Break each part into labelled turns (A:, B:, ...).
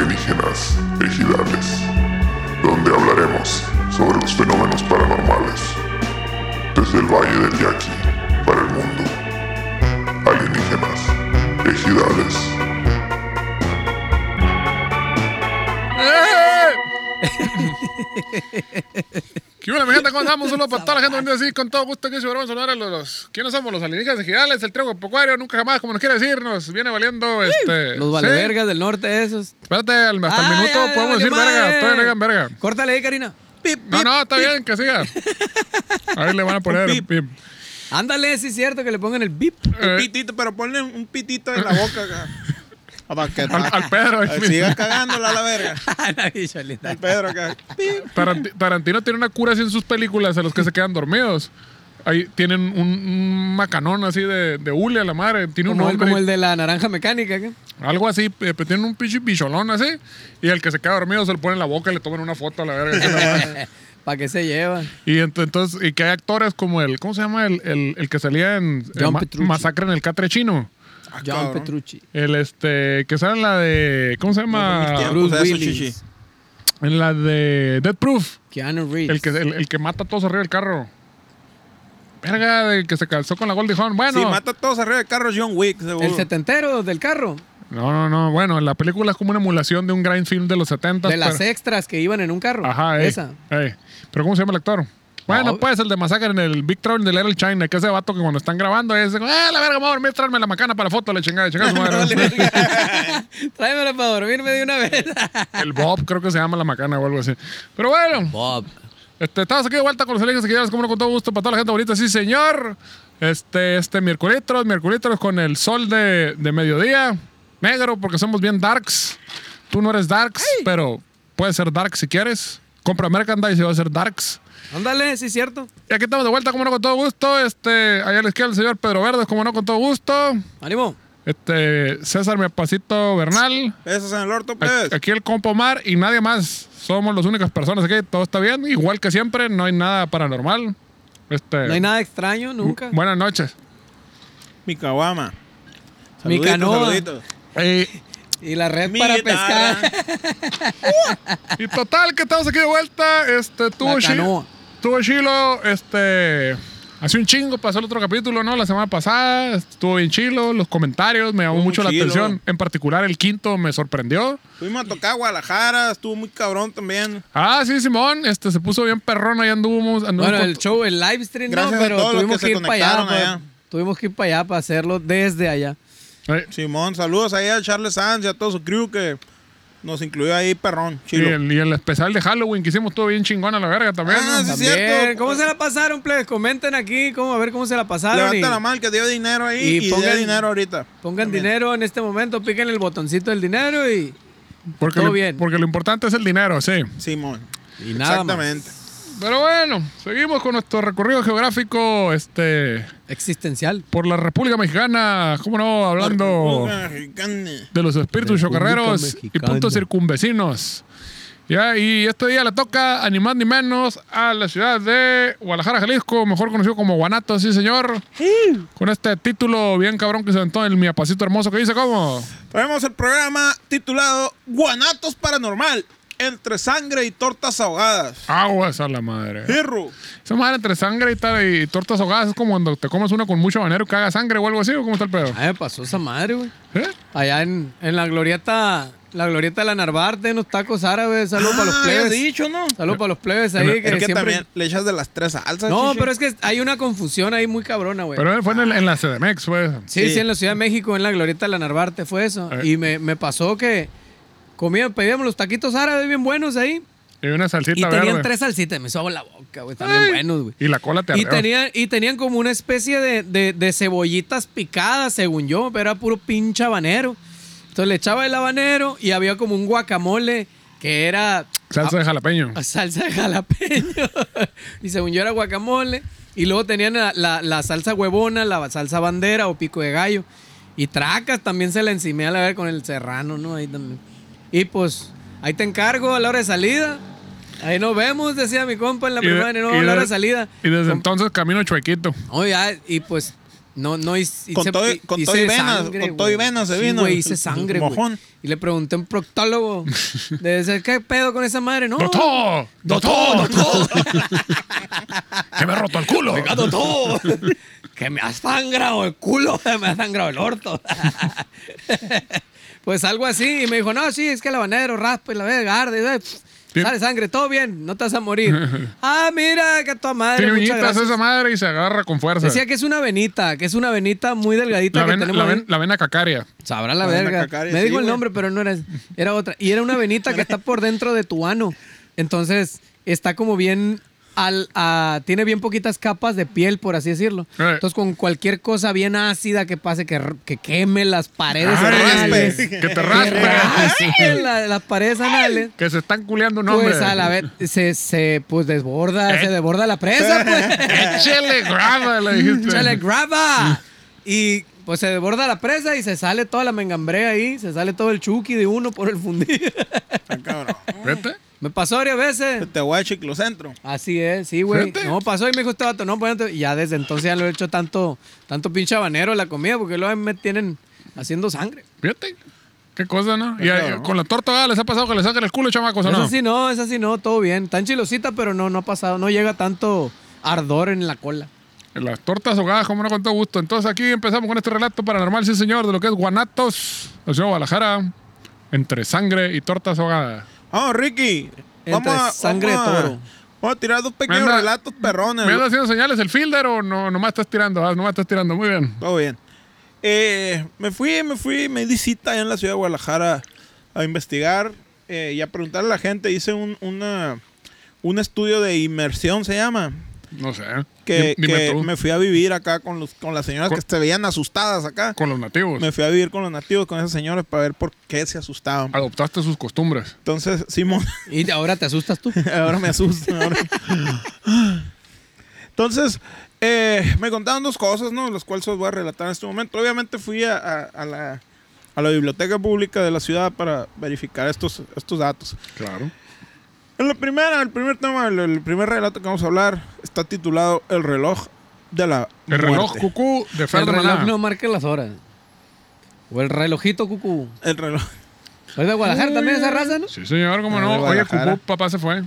A: Leyendas Ejidales, donde hablaremos sobre los fenómenos paranormales desde el Valle del Yaqui para el mundo. Alienígenas, ejidales.
B: Eh.
C: ¿Qué hubo, mi gente? ¿Cómo estamos? Un saludo para toda la gente venida así, con todo gusto que vamos a hablar a los... ¿Quiénes somos? Los alienígenas ejidales, el trigo pecuario, nunca jamás, como nos quiera decirnos, viene valiendo este...
B: Los
C: ¿sí?
B: valevergas del norte esos.
C: Espérate, al- hasta
B: Ah,
C: el minuto
B: ya, ya,
C: podemos
B: vale
C: decir
B: madre.
C: verga, todavía le digan verga.
B: Córtale ahí, Karina. Pip,
C: No,
B: pip.
C: no, está bien, que siga. Ahí le van a poner el
D: Pip.
C: pip.
B: Ándale, sí es cierto que le pongan el bip.
D: Un
C: Eh.
D: pitito, pero ponle un pitito en la boca acá. Ah, Para que
C: Al, al Pedro. ahí
D: Ah,
C: mismo.
D: Siga cagándola a la verga.
B: Ah, La bicha linda.
D: Al Pedro acá.
C: Taranti- Eh, Tarantino tiene una cura así en sus películas a los que se quedan dormidos. Ahí tienen un, un macanón así de, de hule a la madre. Tiene un
B: Como, el-
C: nombre.
B: como el de la naranja mecánica. ¿qué?
C: Algo así. eh, pero tienen un pinche bicholón así. Y el que se queda dormido se lo pone en la boca y le toman una foto a la verga. así, la madre.
B: ¿Para qué se lleva?
C: y ent- entonces, y que hay actores como el, ¿cómo se llama? El, el- el que salía en
B: John
C: eh, Ma-
B: Petrucci.
C: Masacre en el Catre Chino.
B: John
C: Ah,
D: cabrón.
B: Petrucci.
C: El este, que sale en la de, ¿cómo se
D: Ya,
C: llama?
B: Bruce
D: pues, eso,
B: Willis.
D: chichi.
C: En la de Dead Proof.
B: Keanu Reeves.
C: El que, el, el que mata a todos arriba del carro. Verga, del que se calzó con la Goldie Hawn. Bueno.
D: Si mata a todos arriba del carro, John Wick, seguro.
B: El setentero del carro.
C: No, no, no. Bueno, la película es como una emulación de un gran film de los 70.
B: De las extras que iban en un carro.
C: Ajá, eh,
B: Esa.
C: eh. Pero ¿cómo se llama el actor? Bueno,
B: No.
C: pues el de Masacre en el Big Trouble in Little China, que ese vato que cuando están grabando es, ah, la verga, me voy a dormir, tráeme la macana para la foto, le chingada, chingada su madre".
B: Tráemela para dormirme de una vez.
C: El Bob, creo que se llama la macana o algo así. Pero bueno,
B: Bob.
C: Este, estamos aquí de vuelta con los alienígenas que ya les como no, con todo gusto para toda la gente bonita, sí señor. Este, este miércolitros, miércolitros con el sol de, de mediodía, negro, porque somos bien darks. Tú no eres darks, pero puedes ser dark si quieres. Compra merchandise y va a ser darks.
B: Ándale, sí es cierto.
C: Y aquí estamos de vuelta, como no, con todo gusto. Este, allá a la izquierda el señor Pedro Verdes, como no, con todo gusto.
B: Ánimo.
C: Este, César Miapacito Bernal.
D: Besos en el orto,
C: A-
D: pues.
C: Aquí el compa Omar y nadie más. Somos las únicas personas aquí. Todo está bien. Igual que siempre, no hay nada paranormal. Este,
B: No hay nada extraño nunca.
C: Buenas noches.
D: Mi caguama.
B: Mi
D: Saluditos,
B: canoa.
D: saluditos.
C: Eh,
B: Y la red
D: Mi
B: para
D: guitarra.
B: pescar.
C: y total, que estamos aquí de vuelta. Este, tuvo
B: La
C: Shi-
B: canoa.
C: Tuvo Chilo, este. Hace un chingo pasó el otro capítulo, ¿no? La semana pasada. este, Estuvo bien chilo. Los comentarios me llamó
D: Estuvo
C: mucho la
D: chilo.
C: atención. En particular, el quinto me sorprendió.
D: Fuimos a tocar a Guadalajara, estuvo muy cabrón también.
C: Ah, sí, Simón. Este se puso bien perrón. Ahí anduvimos. anduvimos
B: Bueno,
C: con-
B: el show, el live stream, no,
D: Gracias a
B: pero
D: todos los
B: tuvimos
D: que
B: que,
D: se
B: ir para allá,
D: conectaron
B: pa-
D: allá.
B: Tuvimos que ir para allá para hacerlo desde allá.
C: Eh,
D: Simón, saludos ahí a Charles Sanz y a todo su crew que nos incluyó ahí, perrón.
C: Y
D: Chilo.
C: el, y el especial de Halloween que hicimos todo bien chingón a la verga también.
D: Ah,
C: ¿no?
D: sí,
B: También,
D: cierto.
B: ¿cómo se la pasaron, plebes? Comenten aquí, cómo, a ver cómo se la pasaron.
D: Levanta
B: y
D: la mano el que dio dinero ahí
B: Y
D: y, dé
B: pongan-
D: dinero ahorita.
B: Pongan
D: También.
B: dinero en este momento, piquen el botoncito del dinero y,
C: porque,
B: todo
C: lo,
B: bien.
C: porque lo importante es el dinero, sí.
D: Simón.
B: y nada más.
D: Exactamente.
C: Pero bueno, seguimos con nuestro recorrido geográfico este,
B: Existencial.
C: por la República Mexicana. ¿Cómo no? Hablando
D: República Mexicana.
C: de los espíritus
B: República
C: chocarreros y
B: Mexicana.
C: puntos circunvecinos. Ya, y este día le toca, ni más ni menos, a la ciudad de Guadalajara, Jalisco, mejor conocido como Guanato, sí señor. Con este título bien cabrón que se aventó el miapacito hermoso que dice, ¿cómo?
D: Traemos el programa titulado Guanatos Paranormal, entre sangre y tortas ahogadas.
C: Aguas a la madre.
D: Pirro.
C: Esa madre entre sangre y, tal, y tortas ahogadas es como cuando te comes una con mucho banero que haga sangre o algo así, ¿o cómo está el pedo?
B: A mí me pasó esa madre, güey.
C: ¿Eh?
B: Allá en, en la glorieta, la glorieta de la Narvarte, unos tacos árabes, saludos para los
D: Ah, habías
B: plebes.
D: dicho, ¿no?
B: Saludos para los plebes
C: En
B: ahí.
C: el-
B: Que
D: Es que
B: siempre...
D: también le echas de las tres salsas.
B: No,
D: chichi.
B: pero es que hay una confusión ahí muy cabrona, güey.
C: Pero fue en, el- en la CDMX, pues.
B: Sí, sí,
D: Sí.
B: en la Ciudad de México, en la Glorieta de la Narvarte, fue eso.
C: Eh.
B: Y me, me pasó que comía, pedíamos los taquitos árabes bien buenos ahí.
C: Y una salsita
B: Y
C: verde.
B: tenían tres salsitas, me hizo agua en la boca, güey. Están bien
C: Ay.
B: buenos, güey.
C: Y la cola te
B: Y
C: arreó.
B: tenían, y tenían como una especie de, de- de cebollitas picadas, según yo, pero era puro pinche habanero. Entonces le echaba el habanero y había como un guacamole que era
C: Salsa
B: Ah,
C: de jalapeño.
B: a salsa de jalapeño. y según yo era guacamole. Y luego tenían la, la- la salsa huevona, la salsa bandera o pico de gallo. Y tracas también se la encimé a la ver con el serrano, ¿no? Ahí también. Y pues, ahí te encargo a la hora de salida. Ahí nos vemos, decía mi compa en la
C: Y de-
B: primaria. No,
C: y
B: a la
C: de-
B: hora de salida.
C: Y desde entonces camino chuequito.
B: No, ya, y pues No, no, hice,
D: Con todo y- con todo y venas, con todo y
B: güey.
D: venas se
B: Sí,
D: vino
B: güey,
D: el-
B: hice
D: el
B: sangre, güey.
D: mojón.
B: Y le pregunté a un proctólogo. De ser, ¿qué pedo con esa madre? No.
C: ¡Doctor! ¡Doctor! ¡Que me ha roto el culo!
B: Oiga, doctor, que me has sangrado el culo, me has sangrado el orto. pues algo así. Y me dijo, no, sí, es que el habanero raspa y la vez arde. eh,
C: Tiene-
B: Sale sangre, todo bien, no te vas a morir. ah, mira, que a tu madre.
C: Tiene
B: muchas
C: uñitas
B: gracias.
C: esa madre y se agarra con fuerza.
B: Decía que es una venita, que es una venita muy delgadita
C: La
B: que
C: vena,
B: tenemos.
C: la,
B: ahí.
C: ven- la vena cacaria.
B: Sabrá la
D: La vena
B: verga.
D: cacaria,
B: Me
D: sí,
B: dijo el
D: güey.
B: nombre, pero no era. esa. Era otra. Y era una venita que está por dentro de tu ano. Entonces, está como bien. Al, a- tiene bien poquitas capas de piel, por así decirlo.
C: Eh.
B: Entonces, con cualquier cosa bien ácida que pase, que, r- que queme las paredes
C: Ay,
B: anales.
C: que
B: que
C: te Ah, raspe.
B: raspe la- las paredes anales.
C: Que se están culeando un hombre.
B: Pues a la vez se, se pues desborda,
C: Eh.
B: se desborda la presa, pues.
C: Échale grava, le dijiste.
B: ¡Échale graba! Y pues se desborda la presa y se sale toda la mengambrea ahí, se sale todo el chuki de uno por el fundido.
D: Ah, cabrón.
C: Vete.
B: me pasó varias veces.
D: Te voy a Chiclocentro.
B: Así es, sí, güey.
C: Fíjate.
B: No, pasó y me dijo este vato, no, pues, y ya desde entonces ya lo he hecho tanto, tanto pinche habanero en la comida, porque luego me tienen haciendo sangre.
C: Fíjate. Qué cosa, ¿no? Y
D: Claro,
C: ahí,
D: ¿no?
C: con la torta ah, les ha pasado que le sacan el culo, chamacos, ¿o
B: Esa
C: no?
B: sí no, esa sí no, todo bien. Tan chilosita, pero no, no ha pasado, no llega tanto ardor en la cola.
C: Las tortas ahogadas, como no, con todo gusto. Entonces aquí empezamos con este relato paranormal, sí señor, de lo que es Guanatos, la ciudad de Guadalajara, entre sangre y tortas ahogadas.
D: Vamos, Ricky.
B: Entre
D: Vamos a,
B: sangre de
D: vamos a-
B: toro.
D: Vamos a tirar dos pequeños
C: Manda-
D: relatos perrones.
C: ¿Me andas haciendo señales el fielder o no, nomás estás tirando? Ah, nomás estás tirando, muy bien.
D: Todo bien. Eh, me fui, me fui, me di cita allá en la ciudad de Guadalajara a investigar eh, y a preguntarle a la gente. Hice un, una, un estudio de inmersión, se llama.
C: No sé.
D: Que,
C: Di- dime
D: que
C: tú,
D: me fui a vivir acá con, los, con las señoras
C: Con-
D: que se veían asustadas acá.
C: con los nativos.
D: Me fui a vivir con los nativos, con esas señoras, para ver por qué se asustaban.
C: Adoptaste sus costumbres.
D: Entonces, Simón,
B: Y ahora te asustas tú.
D: ahora me asusta. ahora. Entonces, eh, me contaron dos cosas, ¿no? Las cuales os voy a relatar en este momento. Obviamente fui a, a- a la, a la biblioteca pública de la ciudad para verificar estos, estos datos.
C: Claro.
D: En la primera, el primer tema, el, el primer relato que vamos a hablar está titulado El reloj de la
C: El
D: muerte.
C: reloj cucú de Fer
B: El
C: de Maná.
B: reloj no marca las horas. O el relojito cucú.
D: El reloj.
B: ¿Es Pues de Guadalajara también
C: Mm.
B: esa raza, no?
C: Sí, señor, cómo
D: El
C: no.
D: de
C: Oye,
D: Guadalajara.
C: cucú, papá se fue.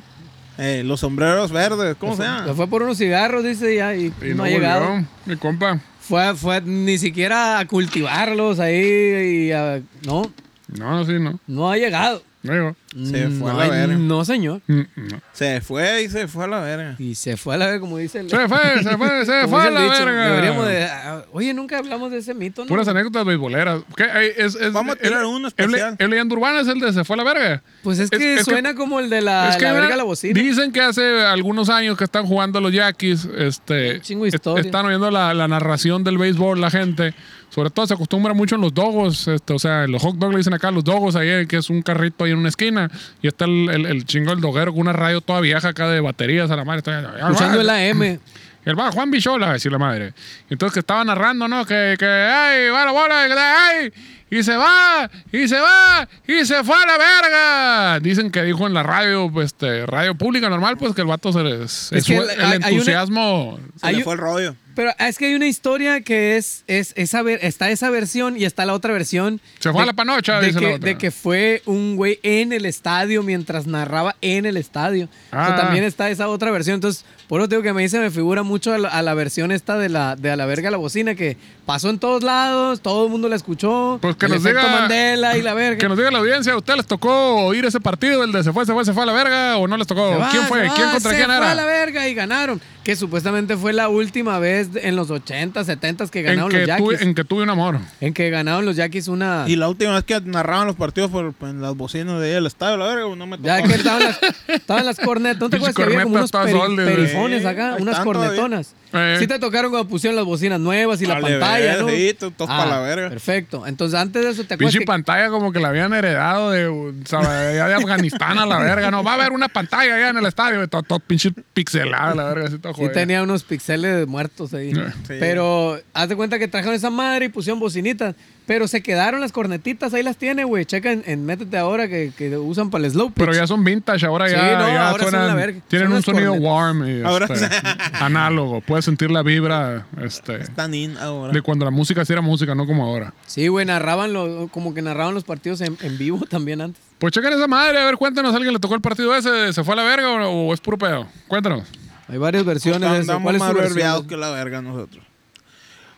D: Eh, los sombreros verdes, ¿cómo se
B: Se
D: llama?
B: fue por unos cigarros, dice ya, y,
C: Y
B: no,
C: no,
B: ha
C: volvió,
B: llegado.
C: mi compa.
B: Fue, fue ni siquiera a cultivarlos ahí y a- no,
C: No, sí, no.
B: no ha llegado. Mm,
C: No llegó.
D: Se fue a
B: no,
D: la
B: hay-
D: verga.
B: No, señor.
C: Mm, No.
D: Se fue y se fue a la verga.
B: Y se fue a la verga, como dice el.
C: Se fue, se fue, se
B: como
C: fue
B: dice
C: a
B: el
C: la
B: dicho.
C: verga.
B: Deberíamos de. ah, Oye, nunca hablamos de ese mito, ¿no?
C: Puras anécdotas beisboleras. ¿Qué? Ay, Es, es-
D: Vamos a tirar
C: el-
D: uno
C: el-
D: especial.
C: El leyenda urbana es el de se fue a la verga.
B: Pues es
C: Es-
B: que
C: es que-
B: suena como el de la,
C: es que
B: Ah, la
C: era-
B: verga la bocina.
C: Dicen que hace algunos años que están jugando los Yaquis. Este,
B: chingo de historia.
C: est- están oyendo la, la narración del béisbol, la gente. Sobre todo se acostumbra mucho en los dogos. Este, o sea, los hot dogs le dicen acá los dogos ayer, que es un carrito ahí en una esquina. Y está el, el, el chingo del doguero con una radio toda vieja acá de baterías a la madre. Está-
B: Escuchando
C: Ah,
B: el AM.
C: el va Juan Bichola, va a decir la madre. Entonces que estaba narrando, ¿no? Que, que ay, va la bola, que, ay, y se va, y se va, y se fue a la verga. Dicen que dijo en la radio, pues, este, radio pública normal, pues que el vato se les.
B: Es
C: su-
B: que
C: el,
B: hay- hay una-
C: entusiasmo.
D: Se
B: Hay
D: le
B: un-
D: fue el rollo.
B: Pero es que hay una historia que es, es esa ver- está esa versión y está la otra versión.
C: Se fue a la panocha,
B: de
C: dice
B: que,
C: la otra.
B: de que fue un güey en el estadio mientras narraba en el estadio. O sea,
C: Ah.
B: también está esa otra versión. Entonces, por eso te digo que me dice, me figura mucho a la, a la versión esta de la, de a la verga la bocina, que pasó en todos lados, todo el mundo la escuchó.
C: Pues que
B: el
C: nos
B: efecto
C: diga-
B: Mandela y la verga.
C: Que nos diga la audiencia, ¿a usted les tocó oír ese partido, el de se fue, se fue, se fue a la verga? ¿O no les tocó?
B: Se va,
C: ¿Quién fue?
B: se va,
C: ¿Quién contra
B: se
C: quién
B: fue
C: era?
B: a la verga y ganaron. Que supuestamente fue la última vez en los 80, 70 que
C: en,
B: ganaron
C: que
B: los
C: tuve,
B: Yankees.
C: en que tuve un amor.
B: En que ganaron los Yaquis una.
D: Y la última vez que narraban los partidos por, por las bocinas de ahí del estadio, la verga, no me tocó.
B: Ya que estaban las, estaban las cornetas. ¿No te
C: Pinche
B: acuerdas que había como
C: corneta
B: unos
C: todas
B: peri-
C: soldes, güey.
B: perifones acá?
D: Sí, ahí
B: unas
D: están
B: cornetonas.
C: todavía. Eh.
B: Sí te tocaron cuando pusieron las bocinas nuevas y la
D: Vale,
B: pantalla,
D: ver,
B: ¿no? Ah,
D: sí, to- tos pa' la verga.
B: Perfecto. Entonces, antes de eso, ¿te acuerdas
C: Pinche
B: que
C: pantalla como que la habían heredado de, o sea, de allá de Afganistán a la verga. No, va a haber una pantalla allá en el estadio. Todo, todo pinche pixelada la verga. Así todo
B: sí
C: jodido.
B: tenía unos pixeles muertos ahí?
C: Sí.
B: Pero, haz de cuenta que trajeron esa madre y pusieron bocinitas. Pero se quedaron las cornetitas, ahí las tiene, güey. Checa en, en Métete ahora que, que usan para el slow pitch.
C: Pero ya son vintage, ahora ya,
B: Sí, no,
C: ya
B: ahora son
C: suenan-
B: la verga.
C: tienen
B: Son
C: un
B: las
C: sonido
B: cornetas.
C: warm y
D: Ahora
C: este, análogo. Puedes sentir la vibra este,
D: Están in ahora.
C: de cuando la música sí era música, no como ahora.
B: Sí, güey, narraban lo- como que narraban los partidos en, en vivo también antes.
C: Pues chequen esa madre, a ver, cuéntanos, ¿alguien le tocó el partido ese? ¿Se fue a la verga o, o es puro pedo? Cuéntanos.
B: Hay varias versiones de eso.
D: Andamos
B: ¿Cuál es
D: más
B: su
D: verbeados
B: versión?
D: que la verga nosotros.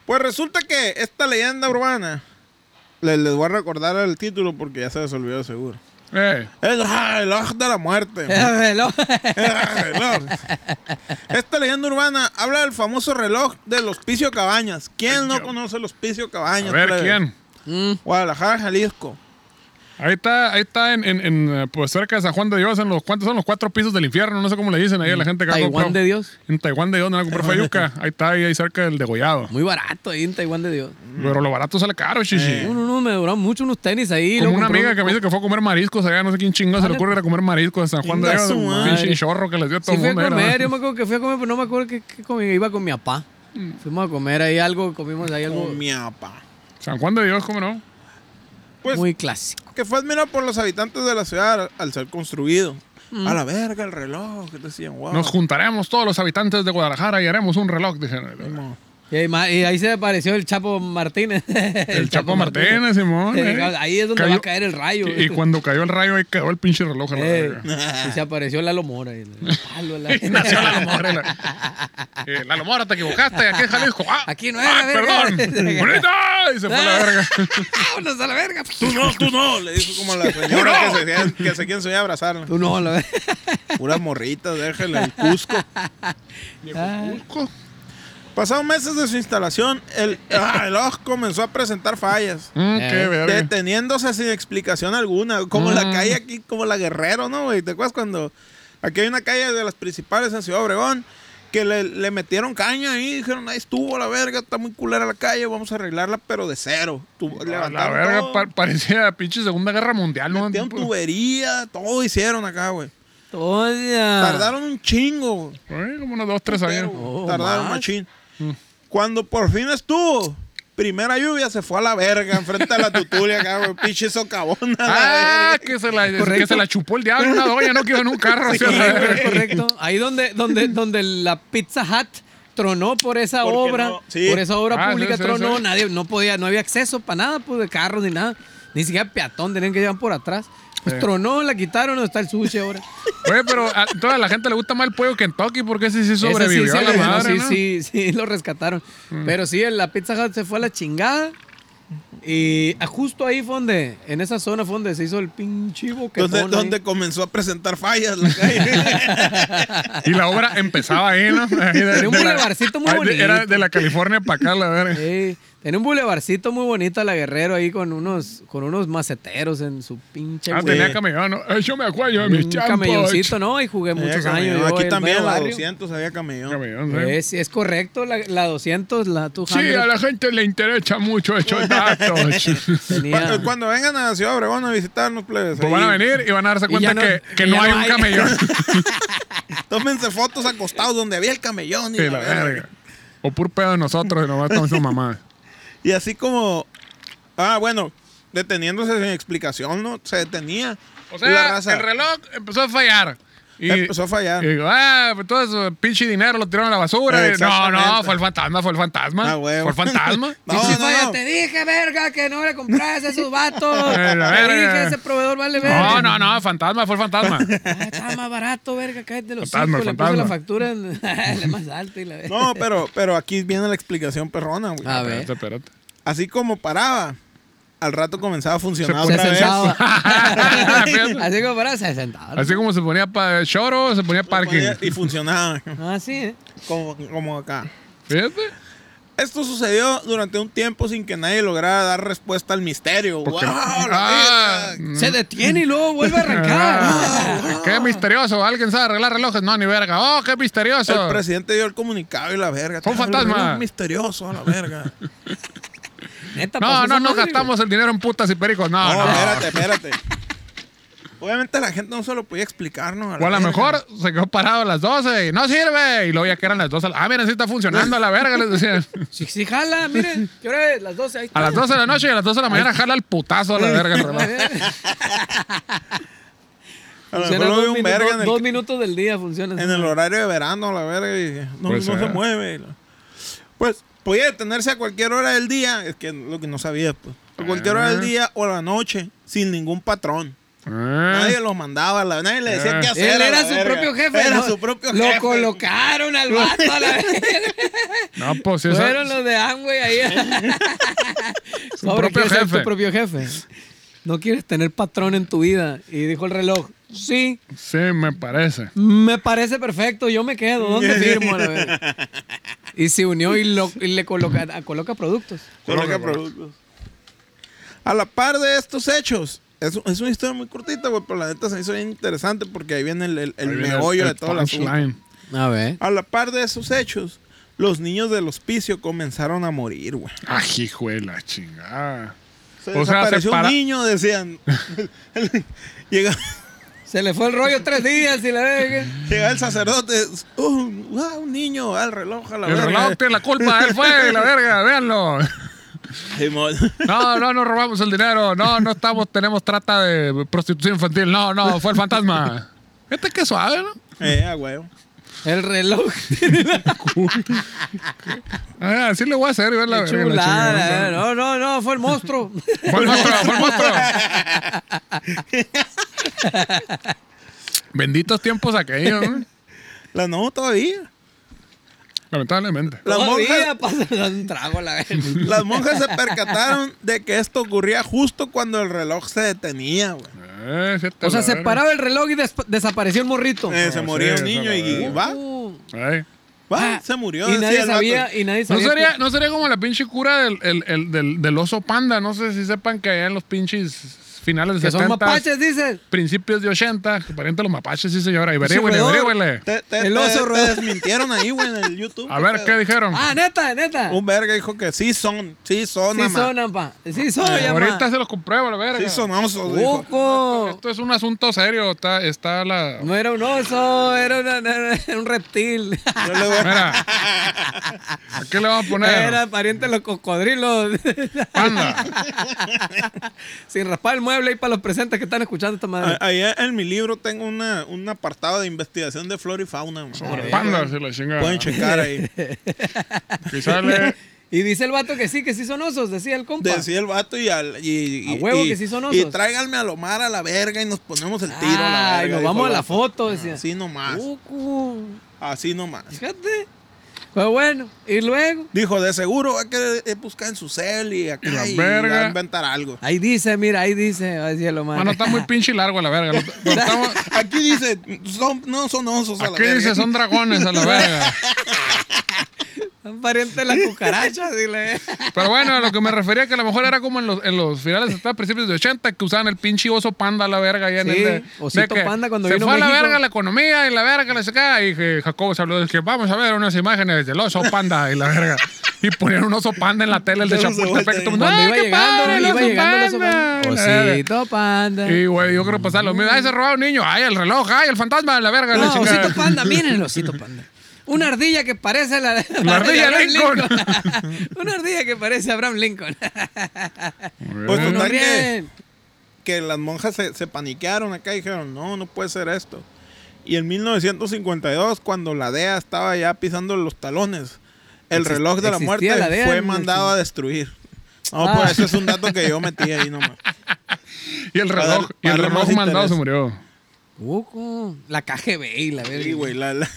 D: Pues resulta que esta leyenda urbana, le- les, voy a recordar el título porque ya se les olvidó de seguro.
C: Eh,
D: El reloj de la muerte.
B: Eh,
D: El reloj. Esta leyenda urbana habla del famoso reloj del Hospicio Cabañas. ¿Quién no conoce el Hospicio
C: a
D: Cabañas?
C: ver,
D: plebe?
C: ¿quién?
B: Mm,
D: Guadalajara, Jalisco.
C: Ahí está, ahí está en, en- en, eh, pues cerca de San Juan de Dios, en los cuantos son los cuatro pisos del infierno, no sé cómo le dicen ahí a la gente que ha
B: Taiwán
C: comprado-
B: de Dios.
C: En Taiwán de Dios, donde la compró Fayuca. Ahí está, ahí, ahí cerca del degollado.
B: Muy barato ahí en Taiwán de Dios.
C: Pero lo barato sale caro, chichi.
D: Eh.
B: No, no, no, me duraron mucho unos tenis ahí.
C: Como
B: luego
C: una
B: compré
C: amiga
B: un-
C: que me dice que fue a comer mariscos allá, no sé quién chingado se le
B: Vale.
C: ocurre ir a comer mariscos en San Juan de
D: Chinga
C: Dios.
D: su
C: Un
D: madre.
C: pinche chorro que les dio a todo
B: Sí
C: el
B: fui a
C: mundo. era.
B: comer, yo me acuerdo que fui a comer, pero no me acuerdo qué, qué comí. Iba con mi papá.
C: Mm.
B: Fuimos a comer ahí algo, comimos ahí algo
D: Oh, mi apa.
C: San Juan de Dios, ¿cómo no?
D: Pues
B: muy clásico.
D: que fue admirado por los habitantes de la ciudad al, al ser construido. A la verga, el reloj. Que decían, wow.
C: Nos juntaremos todos los habitantes de Guadalajara y haremos un reloj, dijeron.
D: Como-
B: Y ahí, ma- y ahí se apareció el Chapo Martínez.
C: El, Chapo Martínez, Simón.
B: Eh,
C: eh.
B: Ahí es donde
C: Cayó-
B: va a caer el rayo. este.
C: Y, y cuando cayó el rayo, ahí quedó el pinche reloj. a la
B: Eh,
C: verga.
B: y se apareció Lalo Mora. y le- palo, la-
C: Y nació Lalo Mora. la- Eh, Lalo Mora, te equivocaste. Aquí es Jalisco. Ah,
B: Aquí no es,
C: ah,
B: la verga. Ah.
C: perdón. ¡Bonita! Y se fue a la verga.
B: Vámonos a la verga.
D: Tú no, tú no. Le dijo como la señora que se, querían- que se quieren soñar a abrazarla.
B: Tú no, la verga.
D: Puras morritas, déjale el Cusco.
C: Cusco.
D: Pasados meses de su instalación, el ah, reloj comenzó a presentar fallas.
C: Mm, qué
B: Eh,
C: verga.
D: Deteniéndose sin explicación alguna. Como
B: Mm.
D: la calle aquí, como la Guerrero, ¿no, güey? ¿Te acuerdas cuando aquí hay una calle de las principales en Ciudad Obregón? Que le, le metieron caña ahí, dijeron, ahí estuvo la verga, está muy culera la calle, vamos a arreglarla, pero de cero. Tu-
C: A la
D: levantaron
C: verga pues.
D: todo,
C: pa- parecía pinche Segunda Guerra Mundial, ¿no?
D: metieron
C: Tipo-
D: tubería, todo hicieron acá, güey.
B: Toña.
D: Tardaron un chingo, güey.
C: Eh, como unos dos, tres años.
D: Pero
B: Oh,
D: tardaron
B: más. Mm.
D: machín. Cuando por fin estuvo, primera lluvia se fue a la verga enfrente de la tutulia acá, güey. Pinche socavona. a la
C: Ah,
D: verga.
C: que se, la,
B: Correcto.
C: que se la chupó el diablo una doña, no quiso en un carro. así, a la
B: Correcto,
C: verga.
B: correcto. Ahí donde, donde, donde la Pizza Hut tronó por esa
D: Porque
B: obra,
D: no- sí.
B: por esa obra
C: Ah, sí,
B: pública
C: sí,
B: tronó,
C: sí.
B: nadie, no podía, no había acceso para nada, pues de carros ni nada, ni siquiera peatón, tenían que llevar por atrás. Pues
C: Sí.
B: tronó, la quitaron, está el sushi ahora.
C: Oye, pero a toda la gente le gusta más el pollo que Kentucky porque ese sí
B: Ese sí
C: sobrevivió
B: se
C: a la
B: le- no,
C: madre,
B: sí,
C: ¿no? Mm.
B: sí, sí, lo rescataron. Pero sí, el- la Pizza Hut se fue a la chingada. Y ah, justo ahí fue donde, en esa zona fue donde se hizo el pinche boquetón.
D: Donde,
B: ahí.
D: donde comenzó a presentar fallas la calle.
C: Y la obra empezaba ahí, ¿no? Ahí de-
B: Era un
C: de la-
B: bulevarcito muy
C: ahí de- Era
B: bonito.
C: de la California para acá, la verga.
B: Sí, tenía un bulevarcito muy bonito la Guerrero ahí con unos, con unos maceteros en su pinche
C: Ah,
B: güey.
C: tenía camellón, ¿no? Eh, Yo me acuerdo de mis
B: un
C: champas.
B: camelloncito, ¿no? Y jugué
D: Había
B: muchos
D: camellón.
B: años. yo
D: Aquí
B: en
D: también,
B: medio
D: la
B: barrio.
D: 200 había camellón.
C: Camellón, sí.
B: Eh, sí, es correcto, la, la 200, la tu
C: Sí, a la gente le interesa mucho estos datos.
D: Cuando,
B: tenía.
D: cuando vengan a Ciudad Obregón a visitarnos, plebes.
C: Pues van a
D: ahí,
C: venir y van a darse
B: Y
C: cuenta
B: ya no-
C: que, que
B: y
C: no
B: ya
C: hay
B: no
C: un
B: hay.
C: camellón.
D: Tómense fotos acostados donde había el camellón. Y,
C: Sí,
D: la
C: la
D: verga.
C: verga. O pur pedo de nosotros, y nomás estamos haciendo mamá.
D: Y así como. Ah, bueno, deteniéndose sin explicación, ¿no? Se detenía.
C: O
D: la
C: sea,
D: raza eh,
C: el reloj empezó a fallar. Y,
D: empezó a fallar.
C: y digo, ah, pues todo ese pinche dinero lo tiraron a la basura.
D: Eh,
C: Y, no, no,
D: exactamente.
C: fue el fantasma, fue el fantasma.
D: Ah, huevo.
C: Fue el fantasma.
D: No,
B: Pinche
D: no,
B: falla,
D: no.
B: Te dije, verga, que no le compras a esos vatos.
C: Eh, la
B: te
C: verga.
B: dije, ese proveedor vale
C: No,
B: verga.
C: no, no, fantasma, fue el fantasma.
B: Ah, está más barato, verga, cállate los
C: Fantasma,
B: cinco. Le puse
C: fantasma.
B: la factura en, la más alta y la verga.
D: No, pero, pero aquí viene la explicación perrona, güey.
B: A ver.
C: Espérate, espérate.
D: Así como paraba, al rato comenzaba a funcionar
C: Se
D: otra
B: se
D: vez.
B: sentaba.
C: Ah, Fíjate.
B: Así como para, se sentaba.
C: Así como se ponía pa choro, se ponía parking.
D: Ponía- Y funcionaba,
B: Ah, sí, ¿eh?
D: como, como acá.
C: Fíjate.
D: Esto sucedió durante un tiempo sin que nadie lograra dar respuesta al misterio.
C: Porque-
D: ¡Wow, la
C: Ah,
D: verga!
B: Se detiene y luego vuelve a arrancar.
C: Ah, qué misterioso. ¿Alguien sabe arreglar relojes? No, ni verga. Oh, qué misterioso.
D: El presidente dio el comunicado y la verga.
C: Fue un
D: Ah, lo
C: fantasma.
D: vieron misterioso, a la verga.
B: Neta, pasó
C: No,
B: esa
C: no, no
B: madre,
C: gastamos el dinero en putas y pericos. Ah, No,
D: No,
C: no.
D: espérate, espérate. Obviamente la gente no se lo podía explicar, ¿no?
C: O a lo
D: verga.
C: mejor se quedó parado a las 12 y no sirve. Y luego ya que eran las 12. Ah, mira, sí está funcionando a la verga, les decían.
B: Sí, sí, jala, miren. ¿Qué hora es? Las 12. Ahí está.
C: A las 12 de la noche y a las 12 de la mañana jala el putazo a la verga el reloj.
D: A lo
B: Funciona
D: mejor lo
B: dos
D: ve un
B: minu-
D: verga
B: dos-
D: en el,
B: dos minutos del día funciona.
D: en el horario de verano, la verga, y no,
C: Pues,
D: no se
C: eh.
D: mueve. Pues podía detenerse a cualquier hora del día, es que lo que no sabía, pues. A cualquier hora del
C: Ah.
D: día o a la noche, sin ningún patrón.
C: Ah.
D: Nadie los mandaba, la- nadie le decía
C: Ah.
D: qué hacer.
B: Él
D: a la
B: era su
D: verga.
B: propio jefe.
D: Era
B: ¿no?
D: su propio
B: Lo
D: jefe.
B: colocaron al vato a la verga.
C: No, pues sí, esa-
B: Fueron los de Amway ahí.
C: Su
B: Pobre,
C: propio
B: ¿quieres ser
C: jefe.
B: tu propio jefe. No quieres tener patrón en tu vida. Y dijo el reloj, sí,
C: sí, me parece.
B: me parece perfecto, yo me quedo. ¿Dónde firmo? A la verga? y se unió y, lo- y le coloca, coloca productos.
D: Coloca productos. A la par de estos hechos, es, es una historia muy cortita, güey, pero la neta se me hizo bien interesante porque ahí viene el, el, el
C: Ahí viene
D: meollo
C: el
D: de todo el asunto.
C: punchline.
B: A ver.
D: A la par de esos hechos, los niños del hospicio comenzaron a morir, güey.
C: Ah, hijo de la chingada.
D: Se
C: O sea,
D: desapareció
C: se para-
D: un niño, decían. llega,
B: Se le fue el rollo tres días y la verga.
D: llega el sacerdote, "Oh, wow, un niño, al reloj, a la
C: El
D: verga".
C: reloj tiene la culpa, él fue, la verga, véanlo.
D: Simón.
C: No, no, no robamos el dinero. No, no estamos, tenemos trata de prostitución infantil. No, no, fue el fantasma. Este que suave, ¿no?
D: Eh, ah, güey.
B: El reloj.
C: Ah, así le voy a hacer, güey, la
B: Qué
C: verga, la chingada,
B: chulada.
C: ¿no?
B: la verga. No, no, no, fue el monstruo.
C: Fue el monstruo, fue el monstruo. Benditos tiempos aquellos, ¿no?
D: La no, todavía.
C: lamentablemente.
D: Las monjas,
B: Todavía pasa un trago a la verga.
D: las monjas se percataron de que esto ocurría justo cuando el reloj se detenía, güey.
C: Eh, fíjate,
B: O sea,
C: la
B: se
C: verga.
B: paraba el reloj y desp- desapareció el morrito.
D: Eh, se
C: sí,
D: moría
C: esa
D: un niño
C: la
D: y
C: verga.
D: va,
B: Uh.
C: Ay.
D: va,
B: Ah,
D: se murió.
B: Y
D: decía
B: nadie
D: el vato.
B: sabía, y nadie
C: ¿No
B: sabía.
C: sería, ¿No sería como la pinche cura del, el- el- del, del oso panda? No sé si sepan que allá en los pinches finales de
B: que son
C: 70
B: mapaches, dices.
C: principios de 80, que pariente de los mapaches, sí señora. Y verígüele,
B: roedor.
C: verígüele.
D: Te, te-
B: El
D: te-
B: oso
D: te
B: roedor.
D: desmintieron ahí, güey, en el YouTube.
C: A ver, ¿qué dijeron?
B: Ah, neta, neta.
D: Un verga dijo que sí son, sí son,
B: sí
D: ama.
B: son, ampa. Sí son,
C: Eh, Ahorita
B: ampa.
C: se los compruebo, la verga.
D: Sí son osos,
B: uh,
D: dijo.
B: Ojo.
C: Esto es un asunto serio. Está, está la...
B: No era un oso, era, una- era- era un reptil.
D: Yo le voy a-
C: Mira. ¿A qué le vamos a poner?
B: Era pariente de los cocodrilos.
C: Panda.
B: Sin raspar el mueble ahí para los presentes que están escuchando esta madre.
D: a- Ahí en mi libro tengo una, un apartado de investigación de flora y fauna. man.
C: Sobre panda, se la chingada.
D: Pueden checar ahí.
C: Y sale...
B: Y dice el vato que sí, que sí son osos, decía el compa.
D: ah. Decía el vato y al. Y, y-
B: A huevo
D: y-
B: que sí son osos.
D: Y tráiganme a Lomar a la verga y nos ponemos el tiro. a la
B: Ah, y
D: verga,
B: nos
D: dijo
B: vamos a
D: el
B: la
D: vato. Ah,
B: foto, decía. "Uh".
D: Así nomás.
B: Ucu.
D: Así nomás.
B: Fíjate. Pues bueno, y luego.
D: Dijo, de seguro va a querer eh, buscar en su cel y acá
C: Y la
D: y
C: verga.
D: va a inventar algo.
B: Ahí dice, mira, ahí dice. Ay, cielo, madre.
C: Bueno, está muy pinche largo, la verga. Lo- lo estamos-
D: Aquí dice, son- no son osos a la
C: Aquí
D: verga.
C: dice, son dragones a la verga.
B: Son parientes de las cucarachas, dile.
C: Pero bueno, a lo que me refería que a lo mejor era como en los, en los finales hasta principios de 80 que usaban el pinche oso panda a la verga allá en
B: Sí,
C: el de,
B: osito
C: de que
B: panda cuando
C: se
B: vino a
C: fue a la
B: México.
C: verga la economía y la verga la sacaba y que Jacobo se habló de que vamos a ver unas imágenes del oso panda y la verga. Y ponían un oso panda en la tele el de
D: Entonces,
C: Chapultepec.
D: se
C: y todo el mundo,
B: Cuando
C: ¡ay,
B: iba
C: qué
B: llegando,
C: padre, el
B: iba
C: oso
B: llegando los
C: panda!
B: Oh,
C: Y la verga.
B: Osito panda.
C: Y güey, yo creo que pasaba lo mismo. Ay, se robaba un niño. Ay, el reloj. Ay, el fantasma. La verga. la
B: No,
C: chingada.
B: osito panda, miren el osito panda. Una ardilla que parece la,
C: La ardilla
B: Abraham
C: Lincoln.
B: Una ardilla que parece Abraham Lincoln.
D: Pues
B: No
D: total que,
B: ríen.
D: que las monjas se, se paniquearon acá y dijeron, no, no puede ser esto. Y en 1952, cuando la DEA estaba ya pisando los talones, el
B: Exist-
D: reloj de la
B: existía
D: muerte
B: la DEA
D: fue
B: en
D: mandado a destruir. No,
B: Ah.
D: pues eso es un dato que yo metí ahí nomás.
C: Y el
D: Para
C: reloj,
D: dar-
C: y el
D: para darle
C: reloj
D: más
C: mandado
D: interés.
C: se murió.
B: Ucu, la KGB y la verga.
D: Sí, güey, la- la-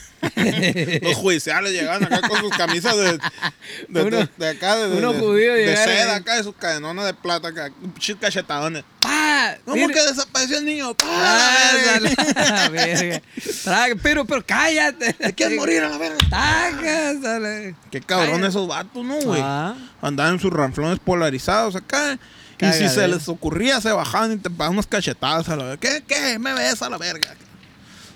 D: los judiciales llegaban acá con sus camisas de, de,
B: Uno-
D: de- de acá, de, de-
B: uno
D: de-
B: judío
D: de
B: llegaron,
D: seda
B: eh.
D: acá, de sus cadenonas de plata acá, pinches cachetadones.
B: ¡Pa!
D: ¿Cómo
B: Mire-
D: que desapareció el niño? ¡Ah,
B: Ah,
D: la verga!
B: la verga. Tra- Pero, pero cállate.
D: ¿Te quieres morir a la verga?
B: Tajas, a la-
D: Qué cabrón
B: Ay.
D: esos vatos, ¿no, güey?
B: Ah.
D: Andaban en sus ranflones polarizados acá. Y si
B: Cagadero.
D: se les ocurría, se bajaban y te pagaban unas cachetadas a la verga. ¿Qué? ¿Qué? ¿Me ves a la verga?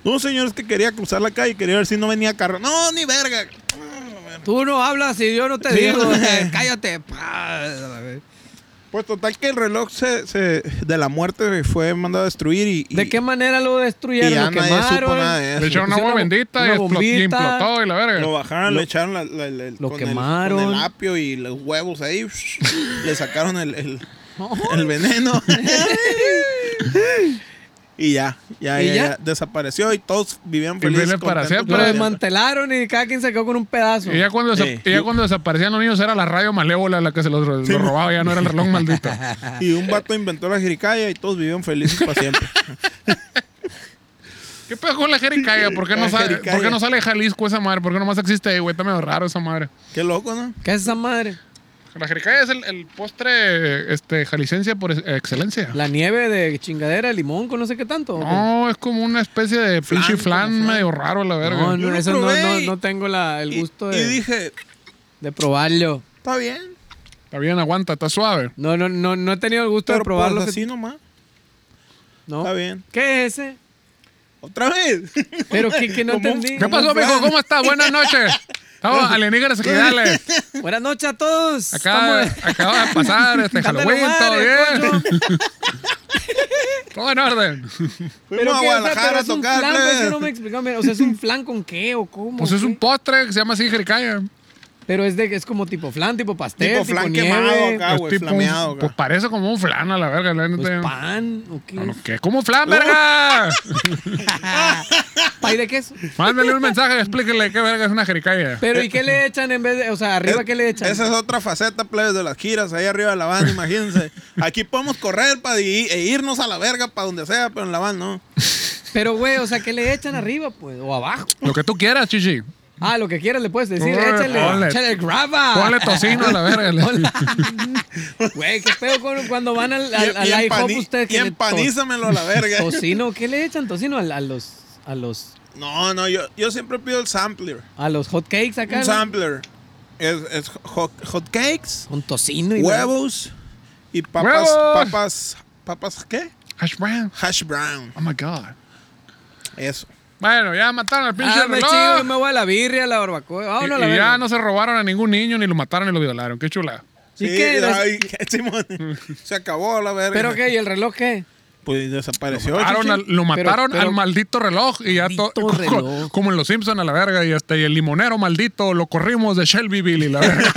D: No, señor, es que quería cruzar la calle y quería ver si no venía carro. No, ni verga.
B: Tú no hablas y yo no te
D: Sí.
B: digo. eh, Cállate. Pa, a la verga.
D: Pues total que el reloj se, se- de la muerte güey, fue mandado a destruir y... y-
B: ¿De qué manera lo destruyeron?
D: Y ya
B: lo
D: nadie
B: quemaron,
D: supo nada de eso.
C: Le echaron
B: pusieron
C: agua
B: una-
C: bendita y,
B: una
C: explotó, y
B: bombita.
C: implotó y la verga.
D: Lo bajaron, le echaron la- la- la- el-
B: lo
D: con el-
B: quemaron.
D: con El, apio y los huevos ahí. le sacaron el, el- el veneno. y ya, ya,
B: ¿Y
D: ya,
B: ya?
D: ya desapareció y todos vivían
C: Y
D: felices.
C: viven para
D: contentos
C: siempre.
B: Lo
D: para
B: desmantelaron y cada quien se quedó con un pedazo.
C: Y ya cuando, desa-
D: Sí.
C: y ya cuando desaparecían los niños era la radio malévola la que se los, los robaba, ya no era el reloj maldito.
D: Y un vato inventó la jericaya y todos vivían felices para siempre.
C: ¿Qué pedo con la jericaya? ¿Por qué no
D: La
C: sale,
D: jericaya.
C: ¿por qué no sale de Jalisco esa madre? ¿Por qué nomás existe ahí, güey? Está medio raro esa madre.
D: Qué loco, ¿no?
B: ¿Qué es esa madre?
C: La jericaya es el, el postre este, jalicense por ex- excelencia.
B: La nieve de chingadera, limón, con no sé qué tanto. ¿o qué?
C: No, es como una especie de pinche
D: Flan,
C: flan
D: como
C: medio raro, la verga.
B: no,
D: Yo
B: no,
D: lo
B: eso no,
D: probé
B: no,
D: y-
B: no tengo la, el
D: Y-
B: gusto
D: y
B: de,
D: dije,
B: de probarlo.
D: está bien.
C: Está bien, aguanta, está suave.
B: No, no, no, no he tenido el gusto
D: Pero
B: de probarlo.
D: pues
B: que-
D: así nomás.
B: no.
D: Está bien.
B: ¿Qué es ese?
D: Otra vez.
B: Pero que, que no
D: Como un-
B: entendí.
C: ¿Qué pasó,
D: flan.
C: mijo? ¿Cómo estás? Buenas noches. Estamos alienígenas ejidales.
B: Buenas noches a todos.
C: Acaba,
B: Estamos-
D: eh,
C: acaba de pasar este
B: Ándale,
C: Halloween, todo
B: madre,
C: bien. Todo en orden.
D: Fuimos a
B: qué, o sea,
D: Guadalajara
B: pero
D: a
B: es un
D: tocar.
B: flan, pues,
D: plebes.
B: que no me explicó, mira, O sea, es un flan con qué o cómo.
C: Pues es
B: qué?
C: un postre que se llama así jericaya.
B: Pero es de es como tipo flan, tipo pastel,
D: Tipo
B: tipo,
D: flan
B: nieve,
D: quemado acá,
C: Es
D: Ah, güey,
C: tipo un-
D: flameado acá.
C: pues parece como un flan a la verga. La neta.
B: pues, pan, ¿o qué?
C: No, no, ¿qué? ¿Cómo flan, verga?
B: Ah, Pay de queso.
C: Mándale un mensaje, explíquele qué verga es una jericaya.
B: Pero ¿y qué le echan en vez de, o sea, arriba
D: Es-
B: qué le echan?
D: Esa es otra faceta, plebes, de las giras, ahí arriba de la van, imagínense. Aquí podemos correr para e irnos a la verga para donde sea, pero en la van no.
B: Pero güey, o sea, ¿qué le echan arriba, pues? O abajo.
C: Lo que tú quieras, chichi.
B: Ah, lo que quieras le puedes decir,
C: Ponle-
B: échale,
C: ponle-
B: échale grava.
C: Ponle tocino a la verga.
B: Güey, qué pedo con- cuando van al, al, al
D: Y- y
B: IHOP
D: empani-
B: ustedes
D: y
B: que le to-
D: empanízamelo a la verga.
B: tocino, ¿qué le echan tocino Al- a, los a los
D: No, no, yo, yo siempre pido el sampler.
B: a los hot cakes acá?
D: Un
B: ¿no?
D: sampler. Es, es hot, hot cakes,
B: Con tocino y la-
D: huevos y papas,
C: ¡Huevos!
D: papas, papas, ¿qué?
C: Hash brown.
D: Hash brown.
C: Oh my God.
D: Eso.
C: Bueno, ya mataron al pinche
B: Ah, me
C: reloj.
B: chido, me voy a la birria, a la barbacoa.
C: Y-
B: Vámonos a
C: y
B: la
C: ya
B: verga.
C: no se robaron a ningún niño, ni lo mataron, ni lo violaron. Qué chula.
B: ¿Y
D: Sí,
B: qué?
D: ay, qué- Simón, se acabó la verga.
B: ¿Pero qué? ¿Y el reloj qué?
D: Pues desapareció.
C: Mataron
D: chichi.
C: al- lo mataron
B: pero-
C: al maldito reloj y ya
B: Maldito
C: todo. co- co-
B: reloj.
C: Como en los Simpsons a la verga. Y hasta y el limonero maldito lo corrimos de Shelbyville y la verga.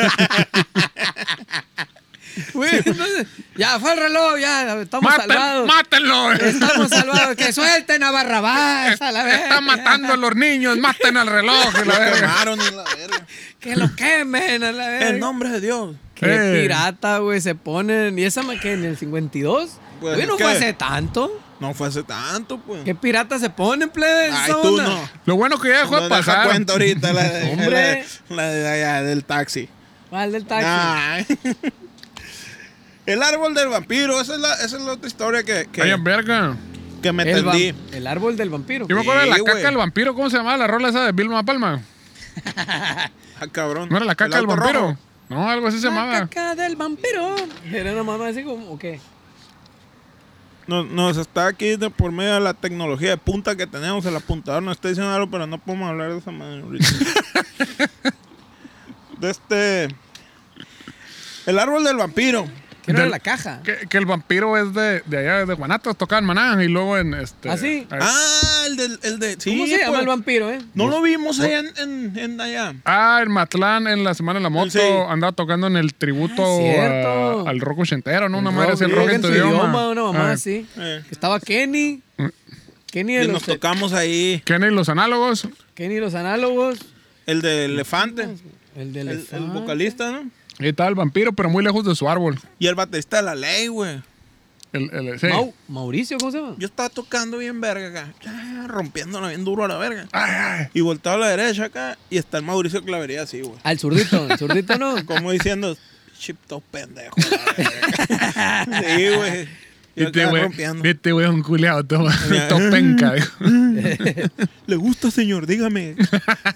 B: Güey, entonces, ya fue el reloj, ya estamos
C: Maten-
B: salvados.
C: ¡Mátenlo!
B: Estamos salvados. Que suelten a Barrabás a la verga.
C: Están matando a los niños, maten al reloj y la
D: Lo
C: verga.
D: quemaron en la verga.
B: Que lo quemen a la verga.
D: En nombre de Dios.
B: Qué
C: Eh.
B: pirata, güey, se ponen. ¿Y esa ma- que en el 52?
D: Pues,
B: Güey, no
D: ¿qué?
B: fue hace tanto.
D: No fue hace tanto, pues.
B: ¿Qué pirata se ponen, plebes?
D: Ay,
B: esa
D: tú
B: onda?
D: no.
C: Lo bueno que ya dejó
D: No
C: de
D: te das
C: pasar.
D: cuenta ahorita la, de-
B: Hombre.
D: la de- la de allá del taxi.
B: ¿Cuál del taxi?
D: Ay. El árbol del vampiro, esa es la, esa es la otra historia que, que,
C: Ay, verga.
D: que me
B: el,
D: entendí.
B: vam- el árbol del vampiro.
C: Yo me acuerdo de la
D: Sí,
C: caca
D: güey.
C: del vampiro. ¿Cómo se llamaba la rola esa de Vilma Palma?
D: Ah, cabrón.
C: ¿No era la
D: El
C: caca del
D: auto
C: vampiro?
D: rojo.
C: No, algo así se
B: La
C: llamaba.
B: caca del vampiro. Era una mamá así como, ¿o qué?
D: Nos, nos está aquí de por medio de la tecnología de punta que tenemos. El apuntador nos está diciendo algo, pero no podemos hablar de esa manera ahorita. de este. El árbol del vampiro.
B: ¿Qué era
C: Del-
B: la caja?
C: Que, que el vampiro es de, de allá, de Guanatos, tocaban maná y luego en este.
B: ¿Ah, sí?
C: eh,
D: Ah, el del. El de, sí,
B: ¿Cómo se llama
D: pues.
B: el vampiro, eh?
D: No lo vimos allá en, en, en allá.
C: Ah, en Matlán, en la Semana de la Moto,
D: Sí.
C: andaba tocando en el tributo
B: Ah, cierto.
C: a- al rock ochentero, ¿no? Una madre así, el
B: Rock
C: rock en tu idioma.
B: Una mamá
C: Ah, Mm.
B: así.
D: Eh.
B: Estaba Kenny. Kenny de
D: Y
B: los,
D: nos tocamos ahí.
C: Kenny y los análogos.
B: Kenny de los análogos.
D: El de elefante.
B: El del
D: El, el vocalista, ¿no?
C: Ahí estaba el vampiro, pero muy lejos de su árbol.
D: Y el baterista de la ley, güey.
C: El, el- sí.
B: Mau- Mauricio, ¿cómo se llama?
D: Yo estaba tocando bien verga acá. ya, Rompiéndola bien duro a la verga.
C: Ay, ay.
D: Y voltaba a la derecha acá. Y está el Mauricio Clavería así, güey.
B: Al zurdito. El zurdito no.
D: Como diciendo, chipto pendejo. la verga". sí, güey. Yo
C: Este
D: acá
C: güey,
D: rompiendo.
C: este güey es un culiado, todo, todo penca. dijo.
D: Le gusta, señor, dígame.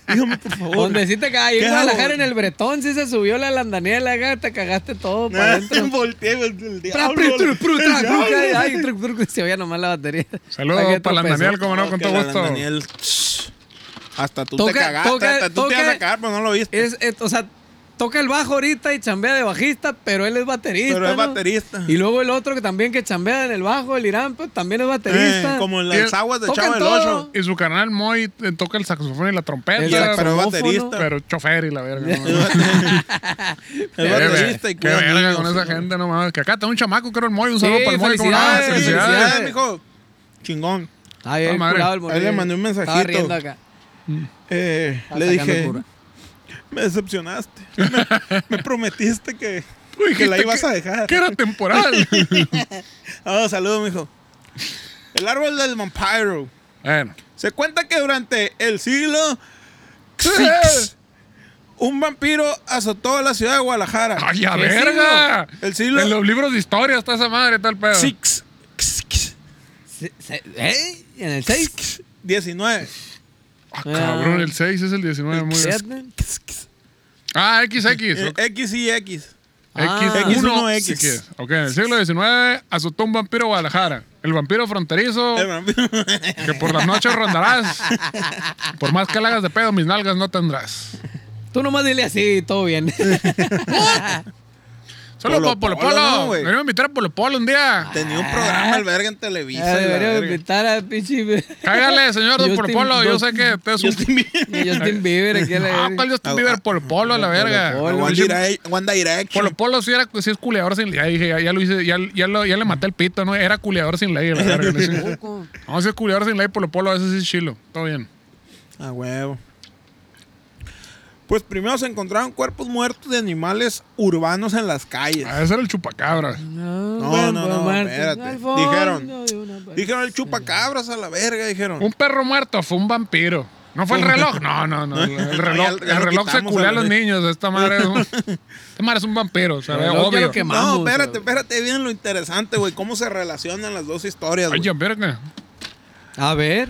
D: Dígame, por favor.
B: Donde sí te caí.
D: ¿Qué
B: En
D: hago?
B: Guadalajara, en el Bretón, sí se subió la landaniela, acá, te cagaste todo para adentro.
D: Volteé, güey, el
B: Pra,
D: diablo.
B: pri, tru, pru,
D: el
B: tra, tru,
D: diablo.
B: ay, ay, tru, tru, Se oía nomás la batería.
C: Saludos para la Daniel, como no, con
D: Que
C: todo
D: la
C: gusto.
D: Daniel, tss, hasta tú
B: Toca-
D: te cagaste,
B: toca-
D: hasta tú te
B: toca-
D: ibas a cagar, pero no lo viste.
B: Es, es- o sea, toca el bajo ahorita y chambea de bajista, pero él es baterista.
D: Pero es
B: ¿no?
D: baterista.
B: Y luego el otro que también que chambea en el bajo, el Irán, pues, también es baterista.
D: Eh, como en
C: Y-
D: las aguas de
B: tocan
D: Chavo del
B: todo.
D: Ocho.
C: Y su canal Moy eh, toca el saxofón y la trompeta.
B: El
D: Pero es
B: saxofófono.
D: baterista.
C: pero chofer y la verga. ¿no?
D: Es
C: Qué
D: baterista
C: ver-
D: y
C: qué
D: cuida
C: verga
D: niños,
C: con esa
D: sí.
C: gente, no mames. Que acá está un chamaco, que era el Moy. Un saludo para el Moy. ¿cómo no?
B: Ah, felicidades,
D: Ay,
C: Felicidades.
D: Ah, felicidades, mijo. Chingón.
B: Está bien
C: Ah, madre.
B: curado el
D: Ahí le
B: morrillo.
D: mandé un mensajito.
B: Estaba riendo acá.
D: Eh,
B: Está
D: le
B: sacando
D: dije,
B: cura.
D: me decepcionaste. Me, me prometiste que, que la
C: dijiste
D: ibas
C: que-
D: a dejar.
C: Que era temporal.
D: Ah, saludos, mijo. El árbol del Vampiro.
C: bueno.
D: Se cuenta que durante el siglo VI, un vampiro azotó a la ciudad de Guadalajara.
C: ¡Ay, a
B: ¿Qué
C: verga!
D: siglo? El siglo-
C: En los libros de historia está esa madre, tal pedo.
D: Six. X, X,
B: Se- se- ¿Eh? ¿En el 6?
D: X, 19.
C: Ah, cabrón, el 6 es el 19. Muy bien. Ah, XX.
D: Eh,
C: ok.
D: X y X.
B: Ah.
C: X1X.
D: X.
C: si quieres. ok, en el siglo XIX azotó un vampiro a Guadalajara. El vampiro fronterizo
D: El vampiro.
C: que por las noches rondarás. Por más que la hagas de pedo, mis nalgas no tendrás.
B: Tú nomás dile así, todo bien.
C: Solo
D: Polo
C: por Polo
D: Polo, ¿no,
C: Polo.
D: güey?
C: Venimos a invitar a Polo Polo un día.
D: Tenía un programa al verga en Televisa.
B: Ya
D: y la
B: Deberíamos
D: verga.
B: invitar a pinche.
C: Cáigale, señor Don Polo
B: Justin-
C: Polo. Yo sé
B: Justin-
C: que usted es un.
D: Justin Bieber.
B: Y Justin Bieber aquí a la
C: Ah,
B: verga.
C: ¿cuál Justin
D: Ah,
C: Bieber?
D: ah,
C: Polo Polo a la verga.
B: Polo.
D: One,
C: Pinche-
D: Direc- One Direction.
C: Polo Polo sí, era, sí es culeador sin ley. Ya dije, ya, ya lo hice, ya, ya lo- ya le maté el pito, ¿no? Era culeador sin ley. La verga, no sé.
B: Poco.
C: no, si es culeador sin ley, Polo Polo, ese sí es chilo. Todo bien.
D: A huevo. Pues primero se encontraron cuerpos muertos de animales urbanos en las calles.
C: Ah, ese era el chupacabra.
D: Mm.
B: No,
D: No,
B: Ah, bueno,
D: no, no,
B: Martín,
D: espérate.
B: al fondo
D: Dijeron-
B: de una pared.
D: Dijeron el chupacabras a la verga, dijeron.
C: Un perro muerto fue un vampiro. ¿No fue el reloj? No, no, no. El el reloj,
D: Ya- ya
C: el
D: lo
C: reloj se
D: quitamos,
C: culea a
D: a la
C: los
D: vez.
C: niños. Esta madre es un, esta madre es un vampiro, o sea,
B: El reloj ya
C: obvio.
B: lo quemó.
D: no,
B: Mamut,
D: espérate,
B: güey.
D: espérate, bien lo interesante, güey, cómo se relacionan las dos historias, güey.
C: Ay, verga.
B: A ver.